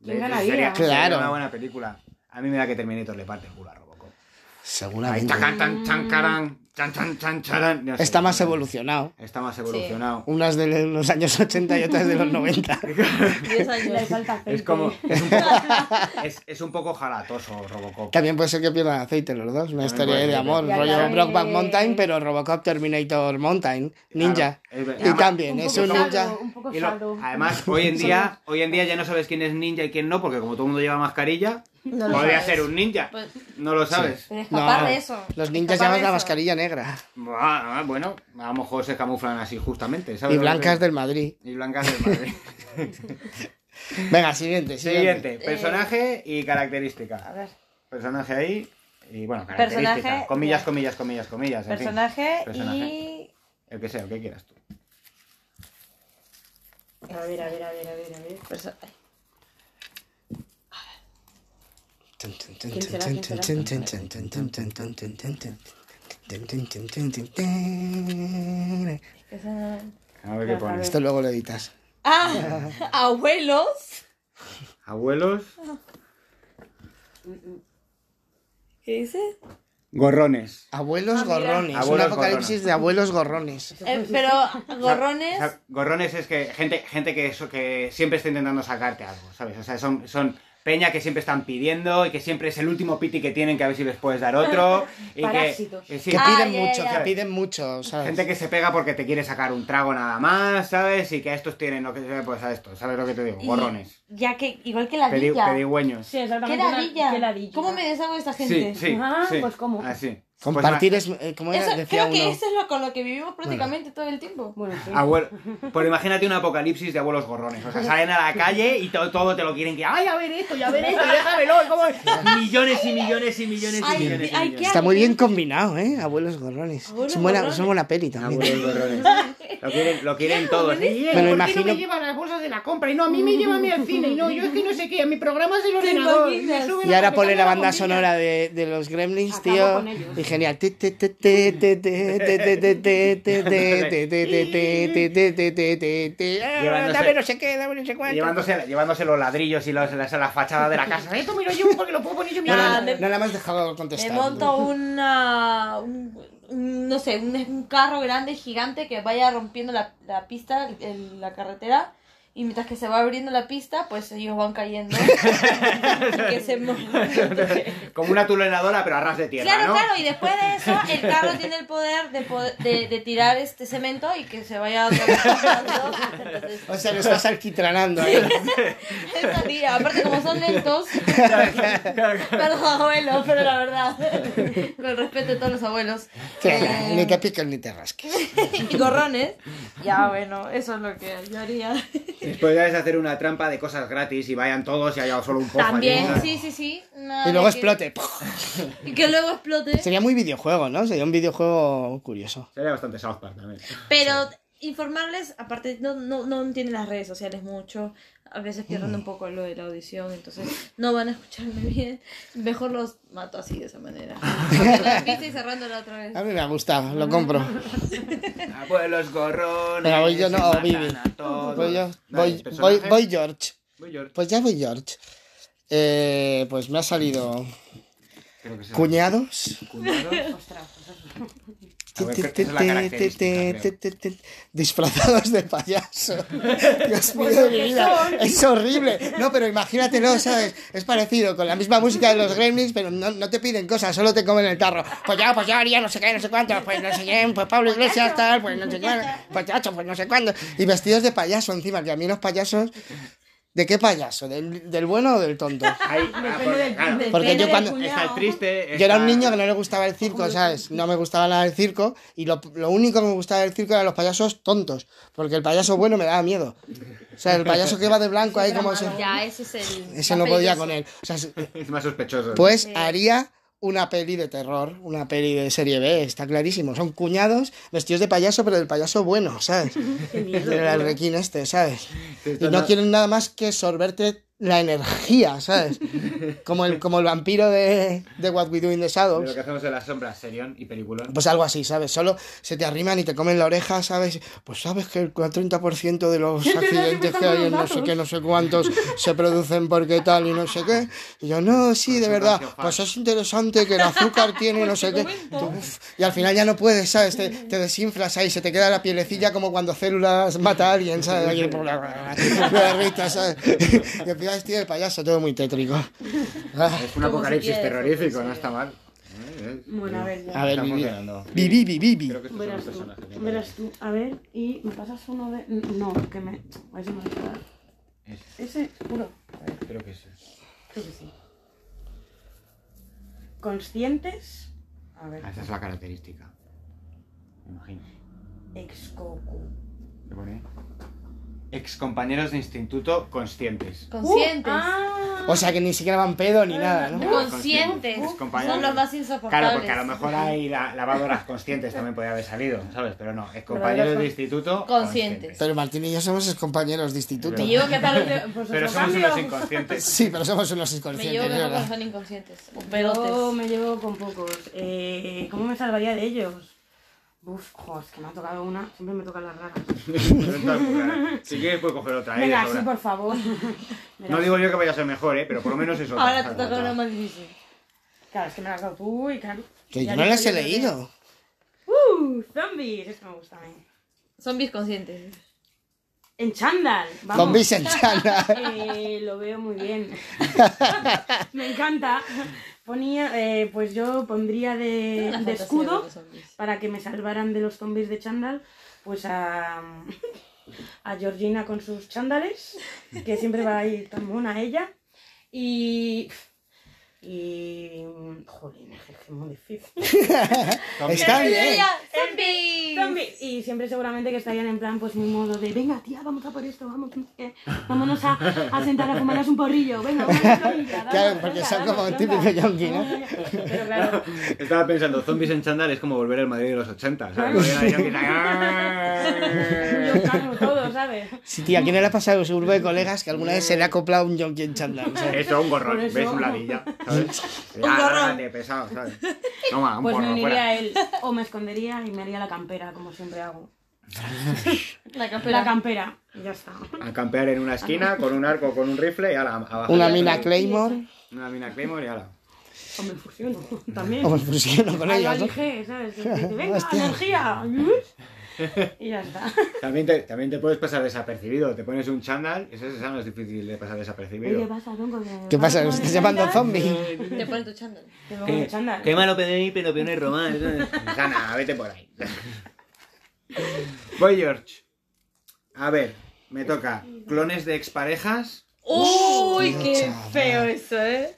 A: De- de-
D: ganaría?
A: Sería,
B: Claro.
A: sería una buena película. A mí me da que Terminator le parte el culo a Robocop. Ahí
B: Seguramente.
A: tacan, tan, tan, caran, tan, tan, tan, charan. No sé.
B: Está más evolucionado.
A: Está más evolucionado.
B: Unas de los años 80 y otras de los 90.
C: 10
D: Le
C: años.
D: falta aceite.
A: Es como. Es un poco, es, es un poco jalatoso Robocop.
B: También puede ser que pierdan aceite los dos.
A: También
B: Una historia
A: puede
B: de
A: ser.
B: amor.
D: Ya
B: rollo
D: sabes.
B: Brockback Mountain, pero Robocop Terminator Mountain. Ninja.
A: Claro, es ver-
B: y
A: además-
B: también,
D: Un
B: es
D: poco
B: un
D: saldo,
B: ninja.
D: Un poco
A: Y lo- Ah,
D: saldo.
A: además, hoy en día, hoy en día ya no sabes quién es ninja y quién no, porque como todo el mundo lleva mascarilla,
C: No lo
A: podría
C: sabes.
A: ser un ninja.
C: Pues-
A: No lo sabes.
C: Pero escapar
B: No,
C: de eso.
B: Los ninjas
C: escapar
B: llaman
C: de
B: la
C: eso.
B: mascarilla negra.
A: Ah, ah, bueno, a lo mejor se camuflan así justamente, ¿sabes?
B: Y
A: lo que
B: blancas
A: te-
B: del Madrid.
A: Y blancas de Madrid.
B: Venga, siguiente, siguiente.
A: Siguiente, personaje y
C: A
A: característica.
C: ver,
A: Personaje ahí y bueno, característica.
C: Personaje-
A: comillas, comillas, comillas, comillas. en fin.
C: personaje,
A: Personaje.
C: y.
A: El que sea, el que quieras tú.
D: A ver, a ver, a ver, a ver, a ver.
C: perso-
B: Tun, tun, tun,
D: ¿Quién será?
B: tun,
D: ¿Quién será?
B: tun, tun, tun, tun, tun, tun, tun, tun, tun, tun. Tun, tun, tun, tun, tun, tun.
C: eso no-
A: A ver qué pones.
B: Esto luego lo editas.
C: Ah, abuelos.
A: Abuelos.
C: ¿Qué dice?
A: Gorrones.
C: Ah,
B: Abuelos gorrones.
A: Abuelos
B: un apocalipsis
A: gorrones.
B: de abuelos gorrones.
C: Eh, pero gorrones.
A: O sea, gorrones es que gente, gente que, eso, que siempre está intentando sacarte algo, ¿sabes? O sea, son, son peña que siempre están pidiendo y que siempre es el último piti que tienen que a ver si les puedes dar otro. Y
D: Parásitos.
A: Que, eh, sí,
B: Que
C: Ah,
B: piden
C: ya,
B: mucho,
C: ya,
B: que
C: ya.
B: piden mucho, ¿sabes?
A: gente que se pega porque te quiere sacar un trago nada más, ¿sabes? Y que a estos tienen lo que sea, pues a estos, ¿sabes lo que te digo?
C: y-
A: Gorrones.
C: Ya que, igual que la
A: Pedi-
C: villa.
A: pedigüeños.
D: Sí,
C: ¿Qué
D: exactamente.
C: ladilla?
D: ¿Qué ladilla?
C: ¿Cómo me deshago de esta
A: Sí,
C: gente?
A: sí,
D: Ah,
A: sí.
D: pues, ¿cómo?
A: Así. Pues,
B: Compartir es... eh, ¿Cómo era?
C: Eso-
B: Decía
C: creo que
B: uno.
C: eso es lo con lo que vivimos prácticamente todo el tiempo.
D: Bueno, sí.
A: Abuelo, pero pues imagínate un apocalipsis de abuelos gorrones. O sea, salen a la calle y todo, todo te lo quieren que. ¡Ay, a ver esto, ya ver esto, déjamelo! ¿cómo es?". Millones y millones y millones y
C: Ay,
A: millones. y
C: ay,
A: millones.
C: qué
B: Está muy bien combinado, ¿eh? Abuelos gorrones.
C: Abuelos
B: es, buena,
C: gorrones.
B: es una buena peli también.
A: Abuelos gorrones. Lo quieren, lo quieren
E: Claro,
A: todos.
E: me
A: Y
E: dicen,
B: Me lo
E: ¿Por qué no
B: imagino-
E: me llevan las bolsas de la compra? Y no, a mí me llevan a mí al cine. Y no, yo es que no sé qué, a mi programa es el ordenador. Y, me
C: imaginas?
E: suben
B: Y
E: a-
B: ahora
E: me
B: ponle
E: cambian
B: la banda
E: bombilla.
B: sonora de, de los Gremlins,
D: Acabo
B: tío.
D: con ellos.
B: Y genial. Te, te, te, te, te, te, te, te, te, te, te, te, te, te, te, te, te, te, te, te. Ah,
A: Llevándose-
B: Dame no sé qué, dame no sé cuánto.
A: Llevándose, llevándose los ladrillos y los- las- la, fachada de la casa. Eh,
E: Esto me lo llevo porque lo puedo poner yo
B: No,
E: mismo.
C: Ah,
B: no,
C: me-
B: no la hemos dejado
C: Me
B: contestar.
C: monto una. un- un- no sé, un, un carro grande, gigante, que vaya rompiendo la, la pista, el- la carretera. Y mientras que se va abriendo la pista, pues ellos van cayendo. y que se muevan.
A: Como una tulenadora, pero a ras de tierra,
C: Claro,
A: ¿no?
C: claro, y después de eso, el carro tiene el poder de, po- de, de tirar este cemento y que se vaya otra vez pasando. Entonces,
B: O sea, lo estás alquitranando. ahí.
C: esa tira. Aparte, como son lentos, perdón, abuelos, pero la verdad, con el respeto de todos los abuelos
B: Sí,
C: eh,
B: Ni te piques ni te rasques.
C: y gorrones, ya bueno, eso es lo que yo haría.
A: Después ya es hacer una trampa de cosas gratis y vayan todos y haya solo un poco.
C: También, sí, sí, sí. nada
B: Y luego
C: de que-
B: explote.
C: Y que luego explote.
B: Sería muy videojuego, ¿no? Sería un videojuego curioso.
A: Sería bastante South Park también.
C: Pero informarles, aparte, no, no, no tienen las redes sociales mucho. A veces pierden un poco lo de la audición, entonces no van a escucharme bien. Mejor los mato así de esa manera. Porque lo y cerrando la otra vez.
B: A mí me ha gustado, lo compro.
A: Abuelos gorrones.
B: Pero voy yo, no,
A: se matan
B: Vivi.
A: a todos.
B: Voy yo,
A: Dale,
B: voy, voy,
A: personaje.
B: voy George.
A: Voy yo.
B: Pues ya voy George. Eh, pues me ha salido
A: Creo que se-
B: cuñados.
A: cuñado. A ver, creo que esa es la característica,
B: Disfrazados de payaso. Dios mío de mi vida. Es horrible. No, pero imagínatelo, ¿sabes? Es parecido, con la misma música de los gremlins, pero no, no te piden cosas, solo te comen el tarro. Pues ya, pues yo haría no sé qué, no sé cuánto, pues no sé quién, pues Pablo Iglesias, tal, pues no sé cuánto, pues chacho, pues no sé cuándo. Y vestidos de payaso encima, que a mí los payasos. ¿De qué payaso? ¿Del, del bueno o del tonto?
A: Ahí, ah, porque, claro,
D: del-
B: Porque yo
D: del
B: cuando-
D: cuñado.
A: Está el triste.
B: Yo era un
A: está-
B: niño que no le gustaba el circo, ¿sabes? No me gustaba nada el circo y lo, lo único que me gustaba del circo eran los payasos tontos, porque el payaso bueno me daba miedo. O sea, el payaso que va de blanco ahí como ese,
C: Ya, ese es el.
B: ese no podía con él. O sea, se-
A: Es más sospechoso.
B: pues haría una peli de terror, una peli de serie B, está clarísimo. Son cuñados vestidos de payaso, pero del payaso bueno, ¿sabes? Del arlequín este, ¿sabes?
A: Sí,
B: Y
A: está-
B: no quieren nada más que sorberte la energía, ¿sabes? Como el, como el vampiro de, de What We Do in the
A: de
B: Shadows.
A: lo que hacemos en las sombras, serión y peliculón.
B: Pues algo así, ¿sabes? Solo se te arriman y te comen la oreja, ¿sabes? Pues sabes que el 30% de los
D: verdad, siempre
B: accidentes
D: están
B: que hay
D: con
B: en
D: los
B: no sé
D: datos.
B: qué, no sé cuántos, se producen porque tal y no sé qué. Y yo, no, sí, de verdad.
A: Conservación
B: Pues es interesante que el azúcar tiene no sé qué. Tú, uf, y al final ya no puedes, ¿sabes? Te, te desinflas ahí, se te queda la pielecilla como cuando células mata a alguien, ¿sabes? Ahí, bla, bla, bla, bla, risa, ¿sabes? Y al final, tío, el payaso, todo muy tétrico. Ah,
A: Es un
C: Como si
A: apocalipsis
C: quieres,
A: terrorífico,
C: pues,
A: no
C: sí.
A: está mal. Eh, eh,
D: Bueno, a ver, ya.
B: a ver,
A: Está
B: viví.
A: funcionando.
B: Viví, viví, viví.
A: Creo que estos son
D: Verás
A: los
D: tú,
A: personajes. ¿no?
D: verás tú. A ver, y me pasas uno de. No, que me. A ver si me lo puedo dar. Ese, juro.
A: Creo que sí.
D: Creo que sí. Conscientes. A ver.
A: Ah, Esa es la característica. Me imagino.
D: Ex Goku.
A: ¿Qué pone? Ex compañeros de instituto conscientes.
C: Conscientes.
D: Uh, ah.
B: O sea que ni siquiera van pedo ni nada, ¿no?
C: Conscientes.
A: Ex compañeros.
C: Son los más
A: Claro,
C: insoportables.
A: porque a lo mejor hay la- lavadoras conscientes también podía haber salido, ¿sabes? Pero no, ex compañeros de instituto
C: Conscientes.
B: Pero Martín y yo somos compañeros de instituto.
C: Me llevo que tal.
D: Pues
A: Pero
D: otro
A: somos
D: cambio.
A: unos inconscientes.
B: Sí, pero somos unos
C: Me
B: inconscientes,
C: llevo que
B: ¿verdad?
C: no son inconscientes. O
D: Yo
C: pelotes.
D: me llevo con pocos. Eh, ¿Cómo me salvaría de ellos? Uf, jo, es que me ha tocado una. Siempre me tocan las raras.
A: si quieres puedes coger otra. eh,
D: Venga,
A: ya
D: sí,
A: sabrá.
D: por favor. Verás.
A: No digo yo que vaya a ser mejor, ¿eh? Pero por lo menos eso.
C: Ahora te toca uno más difícil.
D: Claro, es que me la has dado tú y claro.
B: Que
D: ya
B: yo no las he
D: yo creo que-
B: leído.
D: ¡Uh! ¡Zombies! Esto me gusta a mí.
C: Zombies conscientes.
D: En chándal. Vamos.
B: Zombies en chala.
D: Eh, lo veo muy bien. me encanta. Ponía, eh, pues yo pondría de,
C: Una
D: de
C: fantasía
D: escudo
C: con los zombies.
D: para que me salvaran de los zombies de chándal, pues a, a Georgina con sus chándales, que siempre va a ir tan mona ella. Y Y. mm, Jolín, es que es muy difícil.
B: Está bien.
C: ¡Zombies!
D: Zombie. Y siempre seguramente que estarían en plan, pues mi modo de, venga tía, vamos a por esto, vamos, eh, vámonos a, a sentar a fumarnos un porrillo, venga, vamos a la orilla, vamos,
B: Claro, porque
D: venga,
B: son como
D: vamos,
B: típico
D: venga.
B: yonki, ¿no?
D: Pero claro,
A: Estaba pensando, zombies en chándal es como volver al Madrid de los 80,
D: Ah,
A: ¿sabes? Volver a la Yankees,
D: yo
A: ¡ah!
D: cargo todo, ¿sabes?
B: Sí, tía, ¿a quién le ha pasado a su grupo de colegas que alguna vez se le ha acoplado un yonki en chándal? ¿sabes?
A: Eso, un gorrón,
D: Por eso.
A: ves un ladilla, ¿sabes?
C: Un gorrón.
A: date, pesado, ¿sabes? Toma, un
D: Pues me
A: porro,
D: uniría
A: fuera.
D: a él, o me escondería y me haría la campera, como siempre hago.
C: La
D: La
C: campera.
D: campera, y ya está.
A: A campear en una esquina, con un arco, con un rifle y ala, abajo.
B: Una mina Claymore,
A: Una mina Claymore y ala.
D: O me fusiono también.
B: o me fusiono con
D: Ahí lo
B: ellas, ¿no?
D: dije, ¿sabes? Y dice, Venga,
B: Hostia.
D: energía. Y ya está.
A: También te, también te puedes pasar desapercibido. Te pones un chándal, eso, eso no es difícil de pasar
D: ¿Qué
A: desapercibido.
D: pasa, tronco? ¿Que
B: ¿Qué pasa?
D: vas
B: ¿Me
D: con
B: estás
D: el
B: llamando
D: chándal?
B: zombie?
C: Te pones tu chándal.
D: Te pongo el chándal.
A: malo de mí, pero peón es román. Gana, vete por ahí. Voy, George. A ver, me toca. Clones de exparejas,
C: ¡Uy,
B: Hostia,
C: qué
B: chaval.
C: feo eso, eh!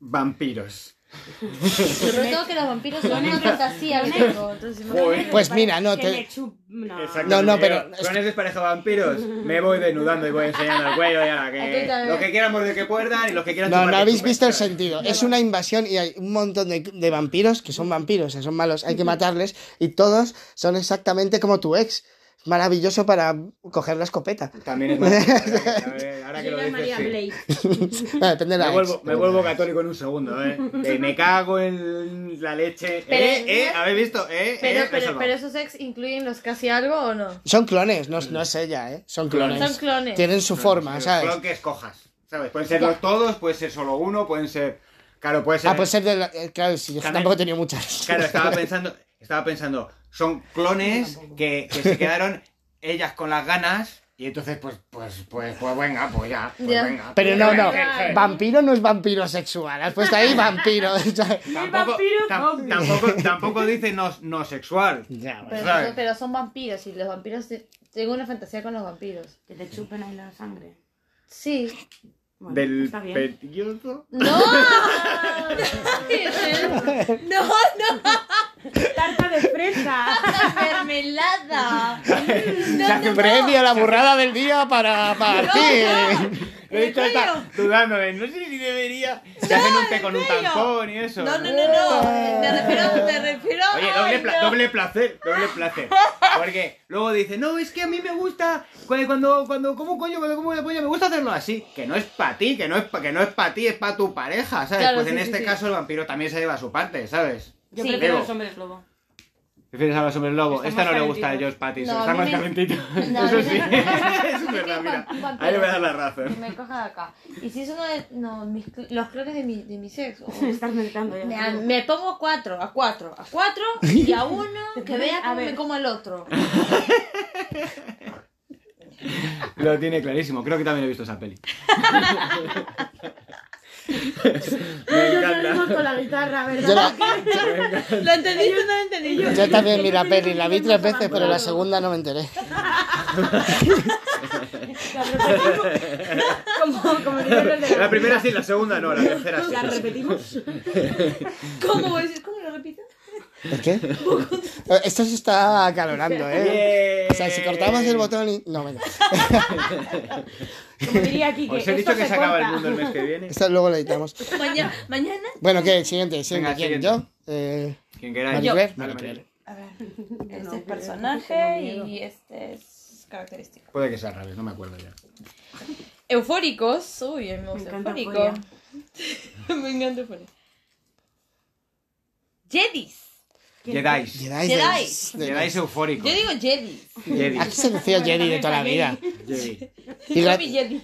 A: vampiros.
C: Sobre todo que los vampiros son una fantasía, amigo. Entonces,
A: Joder.
B: Pues mira, no,
D: Que
B: te-
D: le chup- no.
A: Exacto,
B: no,
A: yo,
B: pero-
A: Clones de exparejas vampiros. Me voy desnudando y voy enseñando el cuello y a la
C: A ti
A: que.
C: también.
A: Los que quieran morder que puerdan y los que quieran.
B: No,
A: chupar
B: no
A: que
B: habéis
A: chupen,
B: visto el
A: ¿sabes?
B: sentido. Es una invasión y hay un montón de, de vampiros que son vampiros, o sea, son malos, hay que matarles y todos son exactamente como tu ex. Maravilloso para coger la escopeta.
A: También es más. Ahora que
D: Yo
A: lo
D: la
A: dices,
D: llamaría
A: sí.
D: Blade.
B: Bueno, depende de la
A: Me vuelvo,
B: ex.
A: me vuelvo católico en un segundo, ¿eh? De me cago en la leche.
C: Pero-
A: ¿Eh? ¿Eh? ¿Habéis visto? ¿Eh?
C: Pero,
A: ¿Eh? Me he
C: pero,
A: salvado.
C: pero esos ex incluyen los casi algo o no?
B: Son clones, no, no es ella, ¿eh? Son clones.
C: Son clones.
B: Tienen su forma,
A: Pero
B: ¿sabes?
A: Creo que escojas, ¿sabes? Pueden ser los todos, puede ser solo uno, pueden ser... Claro, puede ser...
B: Ah, pues ser de la- eh, Claro, sí, yo
A: También-
B: tampoco he tenido muchas.
A: Claro, estaba pensando, estaba pensando, son clones que, que se quedaron ellas con las ganas y entonces pues, pues, pues, pues venga, pues ya, pues
C: Ya.
A: venga.
B: Pero
A: pues
B: no,
A: venga,
B: no.
A: ¿sabes?
B: Vampiro no es vampiro sexual. Has puesto ahí vampiro. ¿sabes?
A: Tampoco,
D: vampiro
A: tam-
D: zombie.
A: tampoco, tampoco dice no, no sexual.
B: Ya, bueno.
C: Pero,
A: Claro.
C: pero son vampiros y los vampiros. te- Tengo una fantasía con los vampiros.
D: Que te chupen ahí la sangre.
C: Sí.
D: Bueno,
A: Del
D: está bien.
A: periodo...
C: ¡No! ¡No, no!
D: Tarta de fresa.
C: ¡La mermelada!
B: Se hace premio la burrada del día para partir.
A: Lo he dicho hasta dudándome, no sé si debería. Se hacen un té con un tampón y eso.
C: No, no, no, no. Me refiero, me refiero.
A: Oye, doble,
C: ay,
A: pla-
C: no.
A: doble placer, doble placer. Porque luego dice, no, es que a mí me gusta, cu- cuando, cuando como coño, cuando como la polla, me gusta hacerlo así. Que no es para ti, que no es, pa- que no es para ti, es para tu pareja, ¿sabes?
C: Claro,
A: pues
C: sí,
A: en
C: sí,
A: este
C: sí.
A: caso el vampiro también se lleva su parte, ¿sabes?
D: Yo
C: Sí.
D: prefiero
A: Digo.
D: los hombres lobo.
A: Prefieres a los hombres lobo.
D: Está
A: Esta
D: más
A: no le gusta a
D: calentito.
A: Josh Pattinson.
C: No,
A: está
C: a mí
A: más
C: me-
A: calentito.
C: No, a
A: Eso
C: mí
A: sí.
C: me-
A: Eso es
C: me
A: verdad,
C: quedo
A: mira.
C: con vampiro.
A: Ahí le voy a dar la
C: Que
A: razón.
C: me coja de acá. Y si es uno de no, mis cl- los clones de mi, de mi sexo.
D: Me estás mentando ya.
C: Me, a- me pongo cuatro, a cuatro, a cuatro y a uno que vea
D: A
C: cómo
D: ver.
C: me como el otro.
A: Lo tiene clarísimo. Creo que también he visto esa peli. me
D: Ellos lo
A: encanta.
D: vimos con la guitarra, ¿verdad?
B: Yo, la-
C: ¿Lo entendí o no lo entendí?
B: yo también vi la peli, la vi tres veces, pero la segunda no me enteré.
D: La repetimos. Como, como dijeron los de
A: La primera sí, la segunda no, la tercera sí.
D: La repetimos.
C: ¿Cómo voy a decir? ¿Cómo lo repito?
B: ¿Por qué? Eh, Esto se está acalorando, ¿eh?
A: Bien.
B: O sea, si cortamos el botón y... No, venga.
D: Como diría aquí que
A: Os he dicho
D: esto
A: que se,
D: se
A: acaba el
D: corta.
A: mundo el mes que viene.
B: Esto luego lo editamos.
C: Mañana, mañana.
B: Bueno, ¿qué? Siguiente, siguiente.
A: Venga,
B: ¿Quién?
A: siguiente.
B: ¿Yo? Eh,
A: Quien queráis.
B: Maricler.
A: Dale, Maricler.
B: Maricler.
C: A ver, este es personaje y este es característico.
A: Puede que sea al revés, no me acuerdo ya.
C: Eufóricos. Uy, a mí me gusta
D: encanta
C: eufórico. me encanta eufórico. Jedis.
A: Jedis.
B: Jedi.
C: Jedi.
B: de-
A: Jedis eufórico.
C: Yo digo Jedis.
A: Jedi.
B: Aquí se decía Jedi de toda la vida.
A: Jedi.
B: Y la-
C: Yo vi Jedis.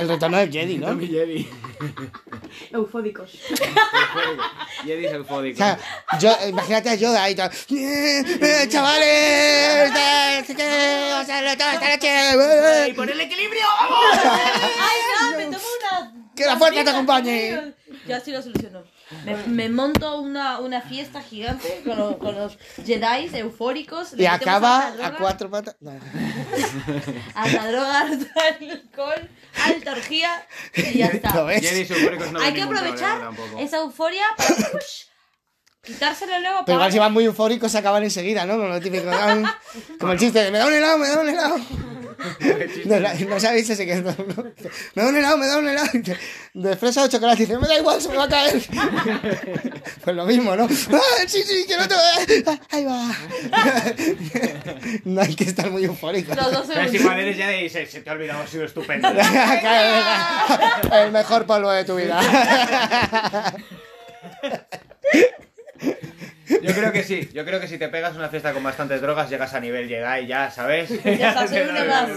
B: el retorno del Jedi, ¿no?
A: No, mi Jedi.
D: Eufódicos.
A: Eufórico. Jedis
B: O
A: eufórico.
B: sea, yo, imagínate a Yoda ahí todo. "Eh, eh, ¡Chavales! eh, sí que ¡Vamos a hacerlo todo esta noche! eh, eh,
A: ¡Por el equilibrio!
C: Ay, no, me tomo una.
B: ¡Que la fuerza te acompañe!
C: Ya sí lo solucionó. Me, me monto una, una fiesta gigante con, lo- con los Jedi eufóricos.
B: Y
C: le metemos
B: acaba
C: harta
B: a
C: droga,
B: cuatro patas. No.
C: Harta droga, harta alcohol, alta orgía y ya
B: ¿Lo
C: está.
B: ves?
A: Jenny Sulfuricos no ve
C: Hay que
A: ningún
C: aprovechar
A: problema tampoco.
C: esa euforia para push, quitárselo luego
B: Pero igual si
C: para...
B: van muy eufóricos se acaban enseguida, ¿no? Como lo típico, ¿no? como el chiste de me da un helado, me da un helado. No, la- no sabéis ese que es, ¿no? Me da un helado, me da un helado. Y te- De fresa o chocolate, dice, me da igual, se me va a caer. Pues lo mismo, ¿no? ¡Ah, sí, sí, que no te va a- Ah, Ahí va. No hay que estar muy eufórico.
C: Los dos
A: Pero
C: segundos.
A: es igual eres ya de se, se te ha olvidado, ha sido estupendo.
B: El mejor polvo de tu vida.
A: Yo creo que sí, yo creo que si te pegas una fiesta con bastantes drogas, llegas a nivel Jedi, ya sabes.
C: Ya estás en una más.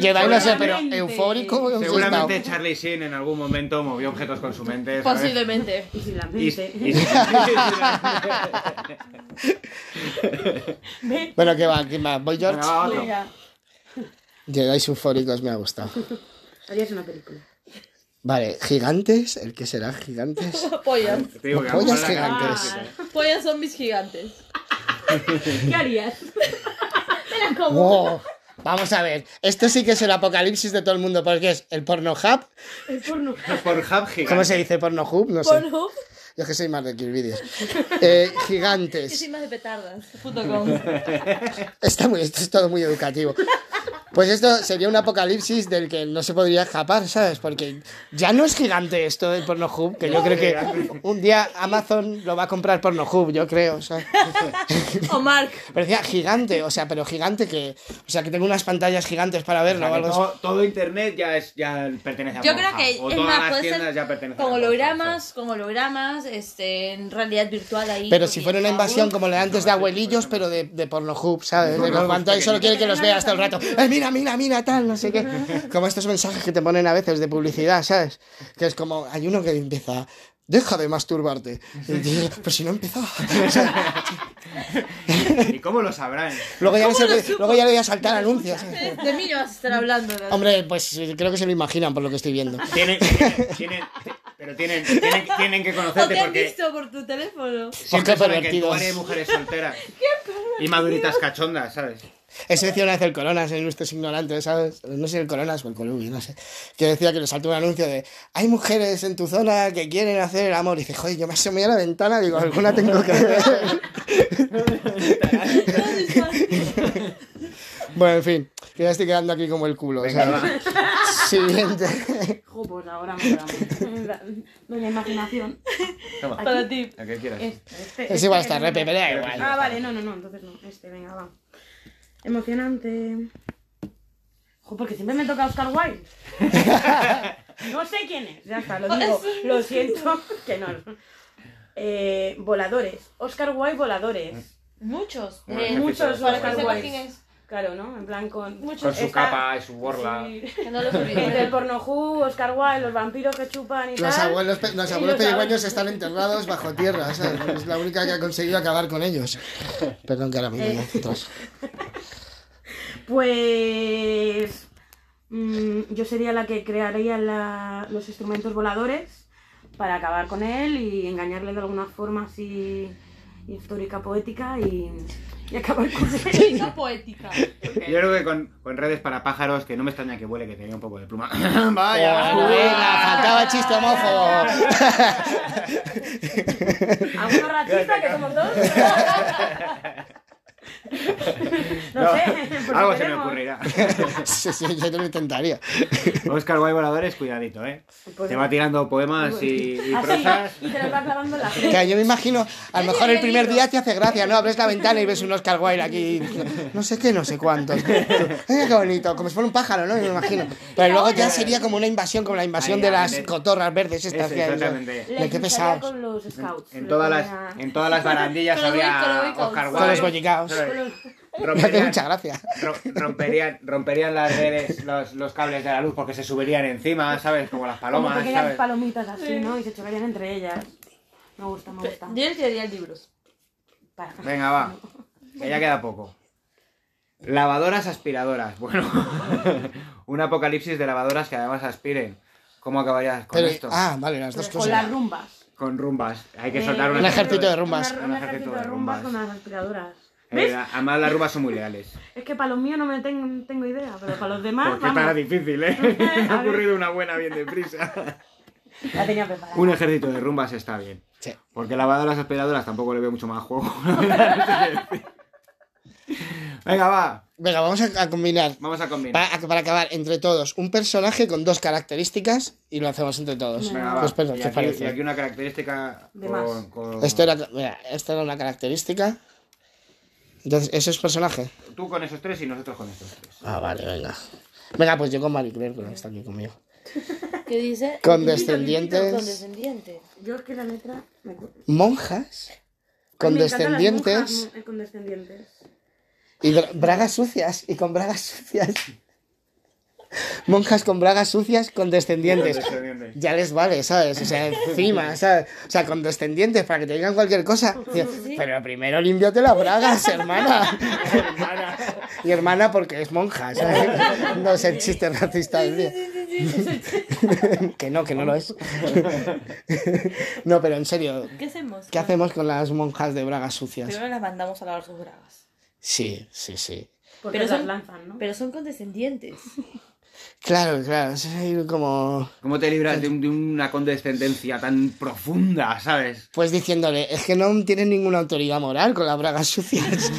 B: Jedi no sé, pero
D: Seguramente.
B: eufórico. hemos
A: Seguramente
B: estado.
A: Charlie Sheen en algún momento movió objetos con su mente. ¿sabes?
C: Posiblemente.
A: Y-
D: Posiblemente.
A: y-
D: Ve,
B: Bueno, ¿qué va? ¿Quién va? ¿Voy George?
A: Venga, va, otro.
D: venga.
B: Jedi eufóricos, me ha gustado.
D: Harías una película.
B: Vale, gigantes, el que será gigantes.
C: Pollas.
A: Te digo que a lo
B: Pollas
A: mejor la cara-
B: gigantes.
C: Pollas zombies gigantes.
D: ¿Qué harías?
B: Wow. Vamos a ver, esto sí que es el apocalipsis de todo el mundo, porque es el porno hub.
D: El porno.
A: Por hub gigante.
B: ¿Cómo se dice porno hub? No sé.
C: Porno.
B: Yo es que soy más de kill vídeos. Eh,
C: Yo
B: gigantes.
C: soy más de petardas. Punto com.
B: Está muy, esto es todo muy educativo. Pues esto sería un apocalipsis del que no se podría escapar, ¿sabes? Porque ya no es gigante esto del Pornhub, que yo creo que un día Amazon lo va a comprar Pornhub, yo creo, ¿sabes?
C: O Mark.
B: Parecía gigante, o sea, pero gigante que... O sea, que tengo unas pantallas gigantes para
A: O
B: verlo
A: sea,
B: o
A: que
B: algo así.
A: todo, todo internet ya es ya pertenece a
C: Yo
A: Pornhub,
C: creo que
A: o
C: es
A: todas
C: más,
A: las
C: puede
A: tiendas ya
C: ser
A: pertenecen a
C: con
A: Pornhub,
C: hologramas, con hologramas, este, en realidad virtual ahí.
B: Pero
C: porque
B: si fuera una invasión como la de antes de abuelillos, pero de, de Pornhub, ¿sabes? De los levanta y solo quiere que los veas todo el rato. ¡Eh, mira, mira, mira, tal! No sé qué. Como estos mensajes que te ponen a veces de publicidad, ¿sabes? Que es como, hay uno que empieza... Deja de masturbarte. Y dices, Pero si no empezaba. O sea,
A: ¿Y cómo lo sabrán?
B: luego, ya le,
C: ¿Cómo lo
B: sal-
C: supo?
B: luego ya le voy a saltar anuncios.
C: De mí no vas a estar hablando. ¿no?
B: Hombre, pues eh, creo que se lo imaginan por lo que estoy viendo.
A: Tienen, tienen, tienen- pero tienen, tienen, tienen que
C: ¿O
A: conocerte
C: te han
A: porque
C: visto por tu teléfono?
A: siempre saben que en
B: Qué
A: tu
B: pervertidos.
A: área hay mujeres solteras y maduritas cachondas, ¿sabes?
B: Eso decía una vez el Coronas en Nuestros Ignorantes, ¿sabes? No sé si el Coronas o el Colubi, no sé. Que decía que le saltó un anuncio de hay mujeres en tu zona que quieren hacer el amor. Y dice, joder, yo me asomé a la ventana digo, alguna tengo que ver. bueno, en fin, que ya estoy quedando aquí como el culo.
A: Venga,
B: ¿sabes? Siguiente.
D: Jo, pues ahora mejoramos. Doña Imaginación.
A: Toma,
C: Para ti.
A: el que quieras.
D: Este, este.
B: Es igual
D: este,
B: está
D: no,
B: repe,
D: no.
B: pero da igual.
D: Ah, vale, no, no, no, entonces no. Este, venga, va. Emocionante. Jo, porque siempre me toca Oscar Wilde. No sé quién es, ya está, lo digo. Lo siento, que no. Eh, voladores. Oscar Wilde, voladores.
B: Mm.
C: Muchos.
A: Bueno,
C: Eh,
A: es que-
D: Muchos
A: Para que
D: Oscar
C: sepa quién
D: Wilde.
C: es.
D: Claro, ¿no? En plan con. Muchos
A: Con su
D: está-
A: capa y su borla.
D: Sí.
C: Que no los
D: Entre el
C: olvides.
D: pornojú, Oscar Wilde, los vampiros que chupan y
B: Los
D: tal.
B: abuelos, pe- los
D: Y
B: abuelos
D: los
B: pedigüeños
D: abuelos-
B: están enterrados bajo tierra, ¿sabes? Es la única que ha conseguido acabar con ellos. Perdón que ahora me
D: Eh.
B: nosotros.
D: Pues mm, yo sería la que crearía la- los instrumentos voladores para acabar con él y engañarle de alguna forma así histórica, poética y, y acabar con él.
C: Chica poética.
A: Yo creo que con, con redes para pájaros, que no me extraña que huele, que tenía un poco de pluma. Vaya.
D: Ah,
B: Buena, faltaba el chiste homófobo.
D: ¿Alguno racista que somos dos? no,
A: No,
D: sé. por si
A: algo se me
D: queremos.
A: ocurrirá.
B: Sí, sí, yo te lo intentaría.
A: Oscar Guay Voladores, cuidadito, ¿eh?
D: Pues-
A: Te va tirando poemas y, y
D: Así,
A: prosas.
D: y te lo vas clavando en la frente.
B: Que yo me imagino, a lo mejor el primer día te hace gracia, ¿no? Abres la ventana y ves un Oscar Wilde aquí, no sé qué, no sé cuántos. Ay, qué bonito, como si fuera un pájaro, ¿no? Yo me imagino. Pero luego ya sería como una invasión, como la invasión de las cotorras verdes estas
A: Eso,
B: que hay.
A: exactamente.
D: Le
B: De qué
D: cruzaría
B: pesados.
D: con los scouts.
A: En
D: le
A: todas
D: ponía-
A: las, en todas las barandillas
C: Con los
A: había
C: boicots, con los
A: Oscar Wilde.
C: boicots.
B: Con los boyicaos.
A: ¿Sabes?
B: Me hace
A: Romperían,
B: mucha gracia.
A: ro- romperían, romperían las redes, los, los cables de la luz porque se subirían encima, ¿sabes? Como las
D: Como
A: palomas,
D: pequeñas
A: ¿sabes?
D: palomitas así, ¿no? Y se chocarían entre ellas. Me gusta, me gusta.
C: Yo le tiraría libros.
D: Para.
A: Venga, va. Que ya queda poco. Lavadoras aspiradoras. Bueno, un apocalipsis de lavadoras que además aspiren. ¿Cómo acabarías con
B: Pero-
A: esto?
B: ah, vale, las dos
D: Con las
B: cosas.
D: rumbas.
A: Con rumbas. Hay que
D: Eh,
A: soltar
B: Un ejército de rumbas.
D: Un ejército de rumbas con las aspiradoras.
A: Eh, además, las rumbas son muy legales.
D: Es que para los míos no me tengo, tengo idea, pero para los demás.
A: Porque
D: vamos.
A: para difícil, ¿eh? Me ha
D: A ver.
A: ocurrido una buena bien deprisa.
D: La tenía preparada.
A: Un ejército de rumbas está bien.
B: Sí.
A: Porque lavadoras aspiradoras tampoco le veo mucho más juego. la verdad, no sé qué decir. Venga, va.
B: Venga, vamos a, a combinar.
A: Vamos a combinar.
B: Pa- a- para acabar, entre todos, un personaje con dos características y lo hacemos entre todos.
A: Venga, va.
B: Pues, perdón,
A: y,
B: ¿qué
A: aquí,
B: parece?
A: y aquí una característica
D: De más.
A: con, con-
B: Esto era, mira, esta era una característica. Entonces, ¿eso es personaje?
A: Tú con esos tres y nosotros con estos tres.
B: Ah, vale, venga. Venga, pues yo con Marie Claire, que no está aquí conmigo.
C: ¿Qué dice?
B: Condescendientes.
C: Condescendientes.
D: Yo es que la letra. Me... cu-
B: Monjas,
D: Ay, me encantan las
B: condescendientes
D: monjas, ¿no? Eh, Condescendientes.
B: y bra- bragas sucias. Y con bragas sucias. Monjas con bragas sucias, condescendientes.
A: Condescendientes.
B: Ya les vale, ¿sabes? O sea, encima, ¿sabes? O sea, condescendientes para que te digan cualquier cosa. Pero primero límpiate las bragas, hermana. Y hermana porque es monja, ¿sabes? No es el chiste racista del día. Que no, que no lo es. No, pero en serio,
C: ¿Qué hacemos?
B: ¿qué hacemos con las monjas de bragas sucias?
C: Primero las mandamos a lavar sus bragas.
B: Sí, sí, sí.
D: Porque
C: Pero
D: las
C: son-
D: lanzan, ¿no?
C: Pero son condescendientes.
B: Claro, claro, es ahí como...
A: ¿Cómo te libras de, un- de una condescendencia tan profunda, sabes?
B: Pues diciéndole, es que no tienen ninguna autoridad moral con las bragas sucias.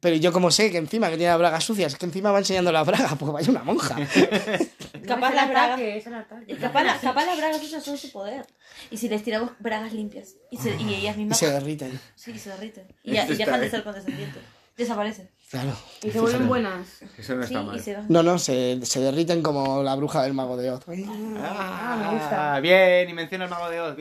B: Pero yo como sé que encima que tiene las bragas sucias, que encima va enseñando las bragas, pues vaya una monja.
D: No,
C: Capaz
D: es el
C: las bragas. eh,
D: ataque, es el ataque.
C: Capaz, la- capaz las bragas suyas son su poder. Y si les tiramos bragas limpias y, se- y ellas
B: Y
C: mismas
B: se derriten.
C: sí, se derriten. Y, ya- y
A: Esto está
C: dejan de
A: bien.
C: ser condescendientes. Desaparecen.
B: Claro.
D: Y se vuelven buenas.
A: Eso no
C: sí,
A: está mal.
C: y se van.
B: No, no, se, se derriten como la bruja del mago de Oz.
A: Ah, Bien, y menciona el mago de Oz.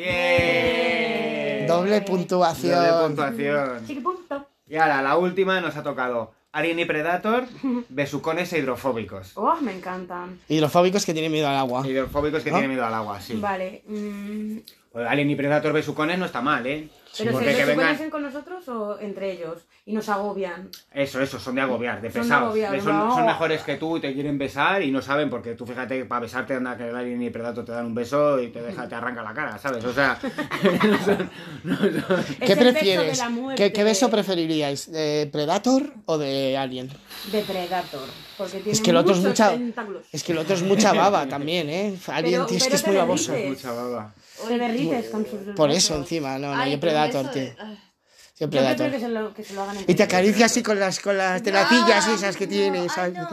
A: Bien.
B: Doble
A: Doble
B: puntuación.
A: puntuación.
D: Chiquipunto.
A: Y ahora, la última nos ha tocado Alien y Predator, besucones e hidrofóbicos.
D: Oh, me encantan.
B: Hidrofóbicos que tienen miedo al agua.
A: Hidrofóbicos que
B: ¿Ah?
A: tienen miedo al agua, sí.
D: Vale. mm,
A: Pues Alien y Predator besucones no está mal, ¿eh?
D: ¿Pero
A: Porque
D: se
A: que
D: que
A: vengan...
D: con nosotros o entre ellos? Y nos agobian.
A: Eso, eso, son de agobiar, de
D: Son de
A: pesados.
D: agobiar,
A: De- son,
D: no.
A: son mejores que tú, te quieren besar y no saben, porque tú fíjate que para besarte anda que el alien y el predator te dan un beso y te deja, te arranca la cara, ¿sabes? O sea, no son- no son-
D: Es
B: ¿Qué
D: el beso
B: prefieres?
D: de la muerte.
B: ¿Qué, qué beso preferiríais? ¿De Predator o de Alien?
D: De Predator. Porque tiene
B: Es que el otro es
D: muchos
B: mucha...
D: tentáculos.
B: Es que el otro es mucha baba también, ¿eh? Alien,
D: Pero-
B: tío, es que
D: pero
B: es
D: te
B: muy baboso.
D: derrites.
A: mucha baba.
D: Se derrites con sus
B: Por eso, encima, no, no,
C: Ay,
B: yo
C: pero
B: Predator,
C: eso
B: tío.
C: de- ah.
B: Yo
D: Yo prefiero que
B: Predator.
D: se lo, que se lo hagan entre
B: Y te
D: ellos.
B: acaricia así con las, con las tenacillas esas que
C: no,
B: tienes,
C: ay,
B: ¿sabes?
C: no.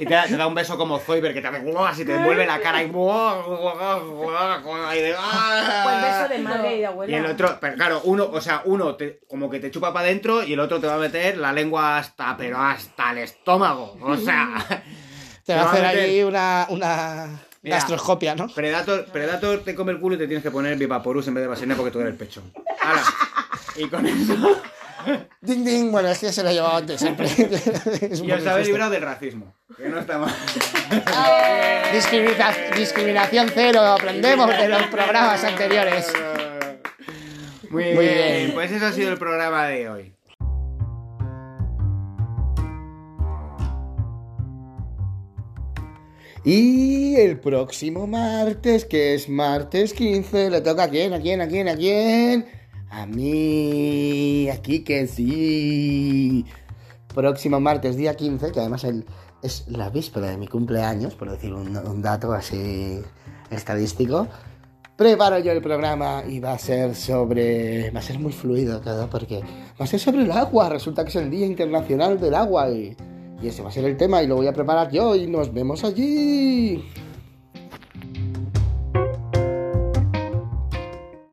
A: Y te da, te da un beso como Zoiber que te hace guas y te envuelve la cara y guas, guas, guas, guas, y de-
D: O el beso de madre y de
A: Y
D: abuela.
A: el otro, pero claro, uno, o sea, uno te- como que te chupa para adentro y el otro te va a meter la lengua hasta, pero hasta el estómago. O sea,
B: Te va a hacer
A: meter-
B: ahí una, una
A: Mira.
B: gastroscopia, ¿no?
A: Predator, Predator te come el culo y te tienes que poner Vivaporus en vez de vaselina porque te duele el pecho. ¡Hala! Y con eso
B: Ding, ding. Bueno, es que se lo llevaba antes siempre. Es
A: ya os
B: muy
A: habéis
B: injusto.
A: librado del racismo. Que no está mal.
B: Discrimina- discriminación cero, aprendemos de los programas anteriores.
A: Muy,
B: Muy
A: bien.
B: bien.
A: pues eso ha sido el programa de hoy.
B: Y el próximo martes, que es martes 15, le toca a quién, a quién, a quién, a quién. A mí, aquí que sí. Próximo martes, día 15, que además el- es la víspera de mi cumpleaños, por decir un, un dato así estadístico. Preparo yo el programa y va a ser sobre. Va a ser muy fluido todo, porque va a ser sobre el agua. Resulta que es el Día Internacional del Agua y, y ese va a ser el tema y lo voy a preparar yo y nos vemos allí.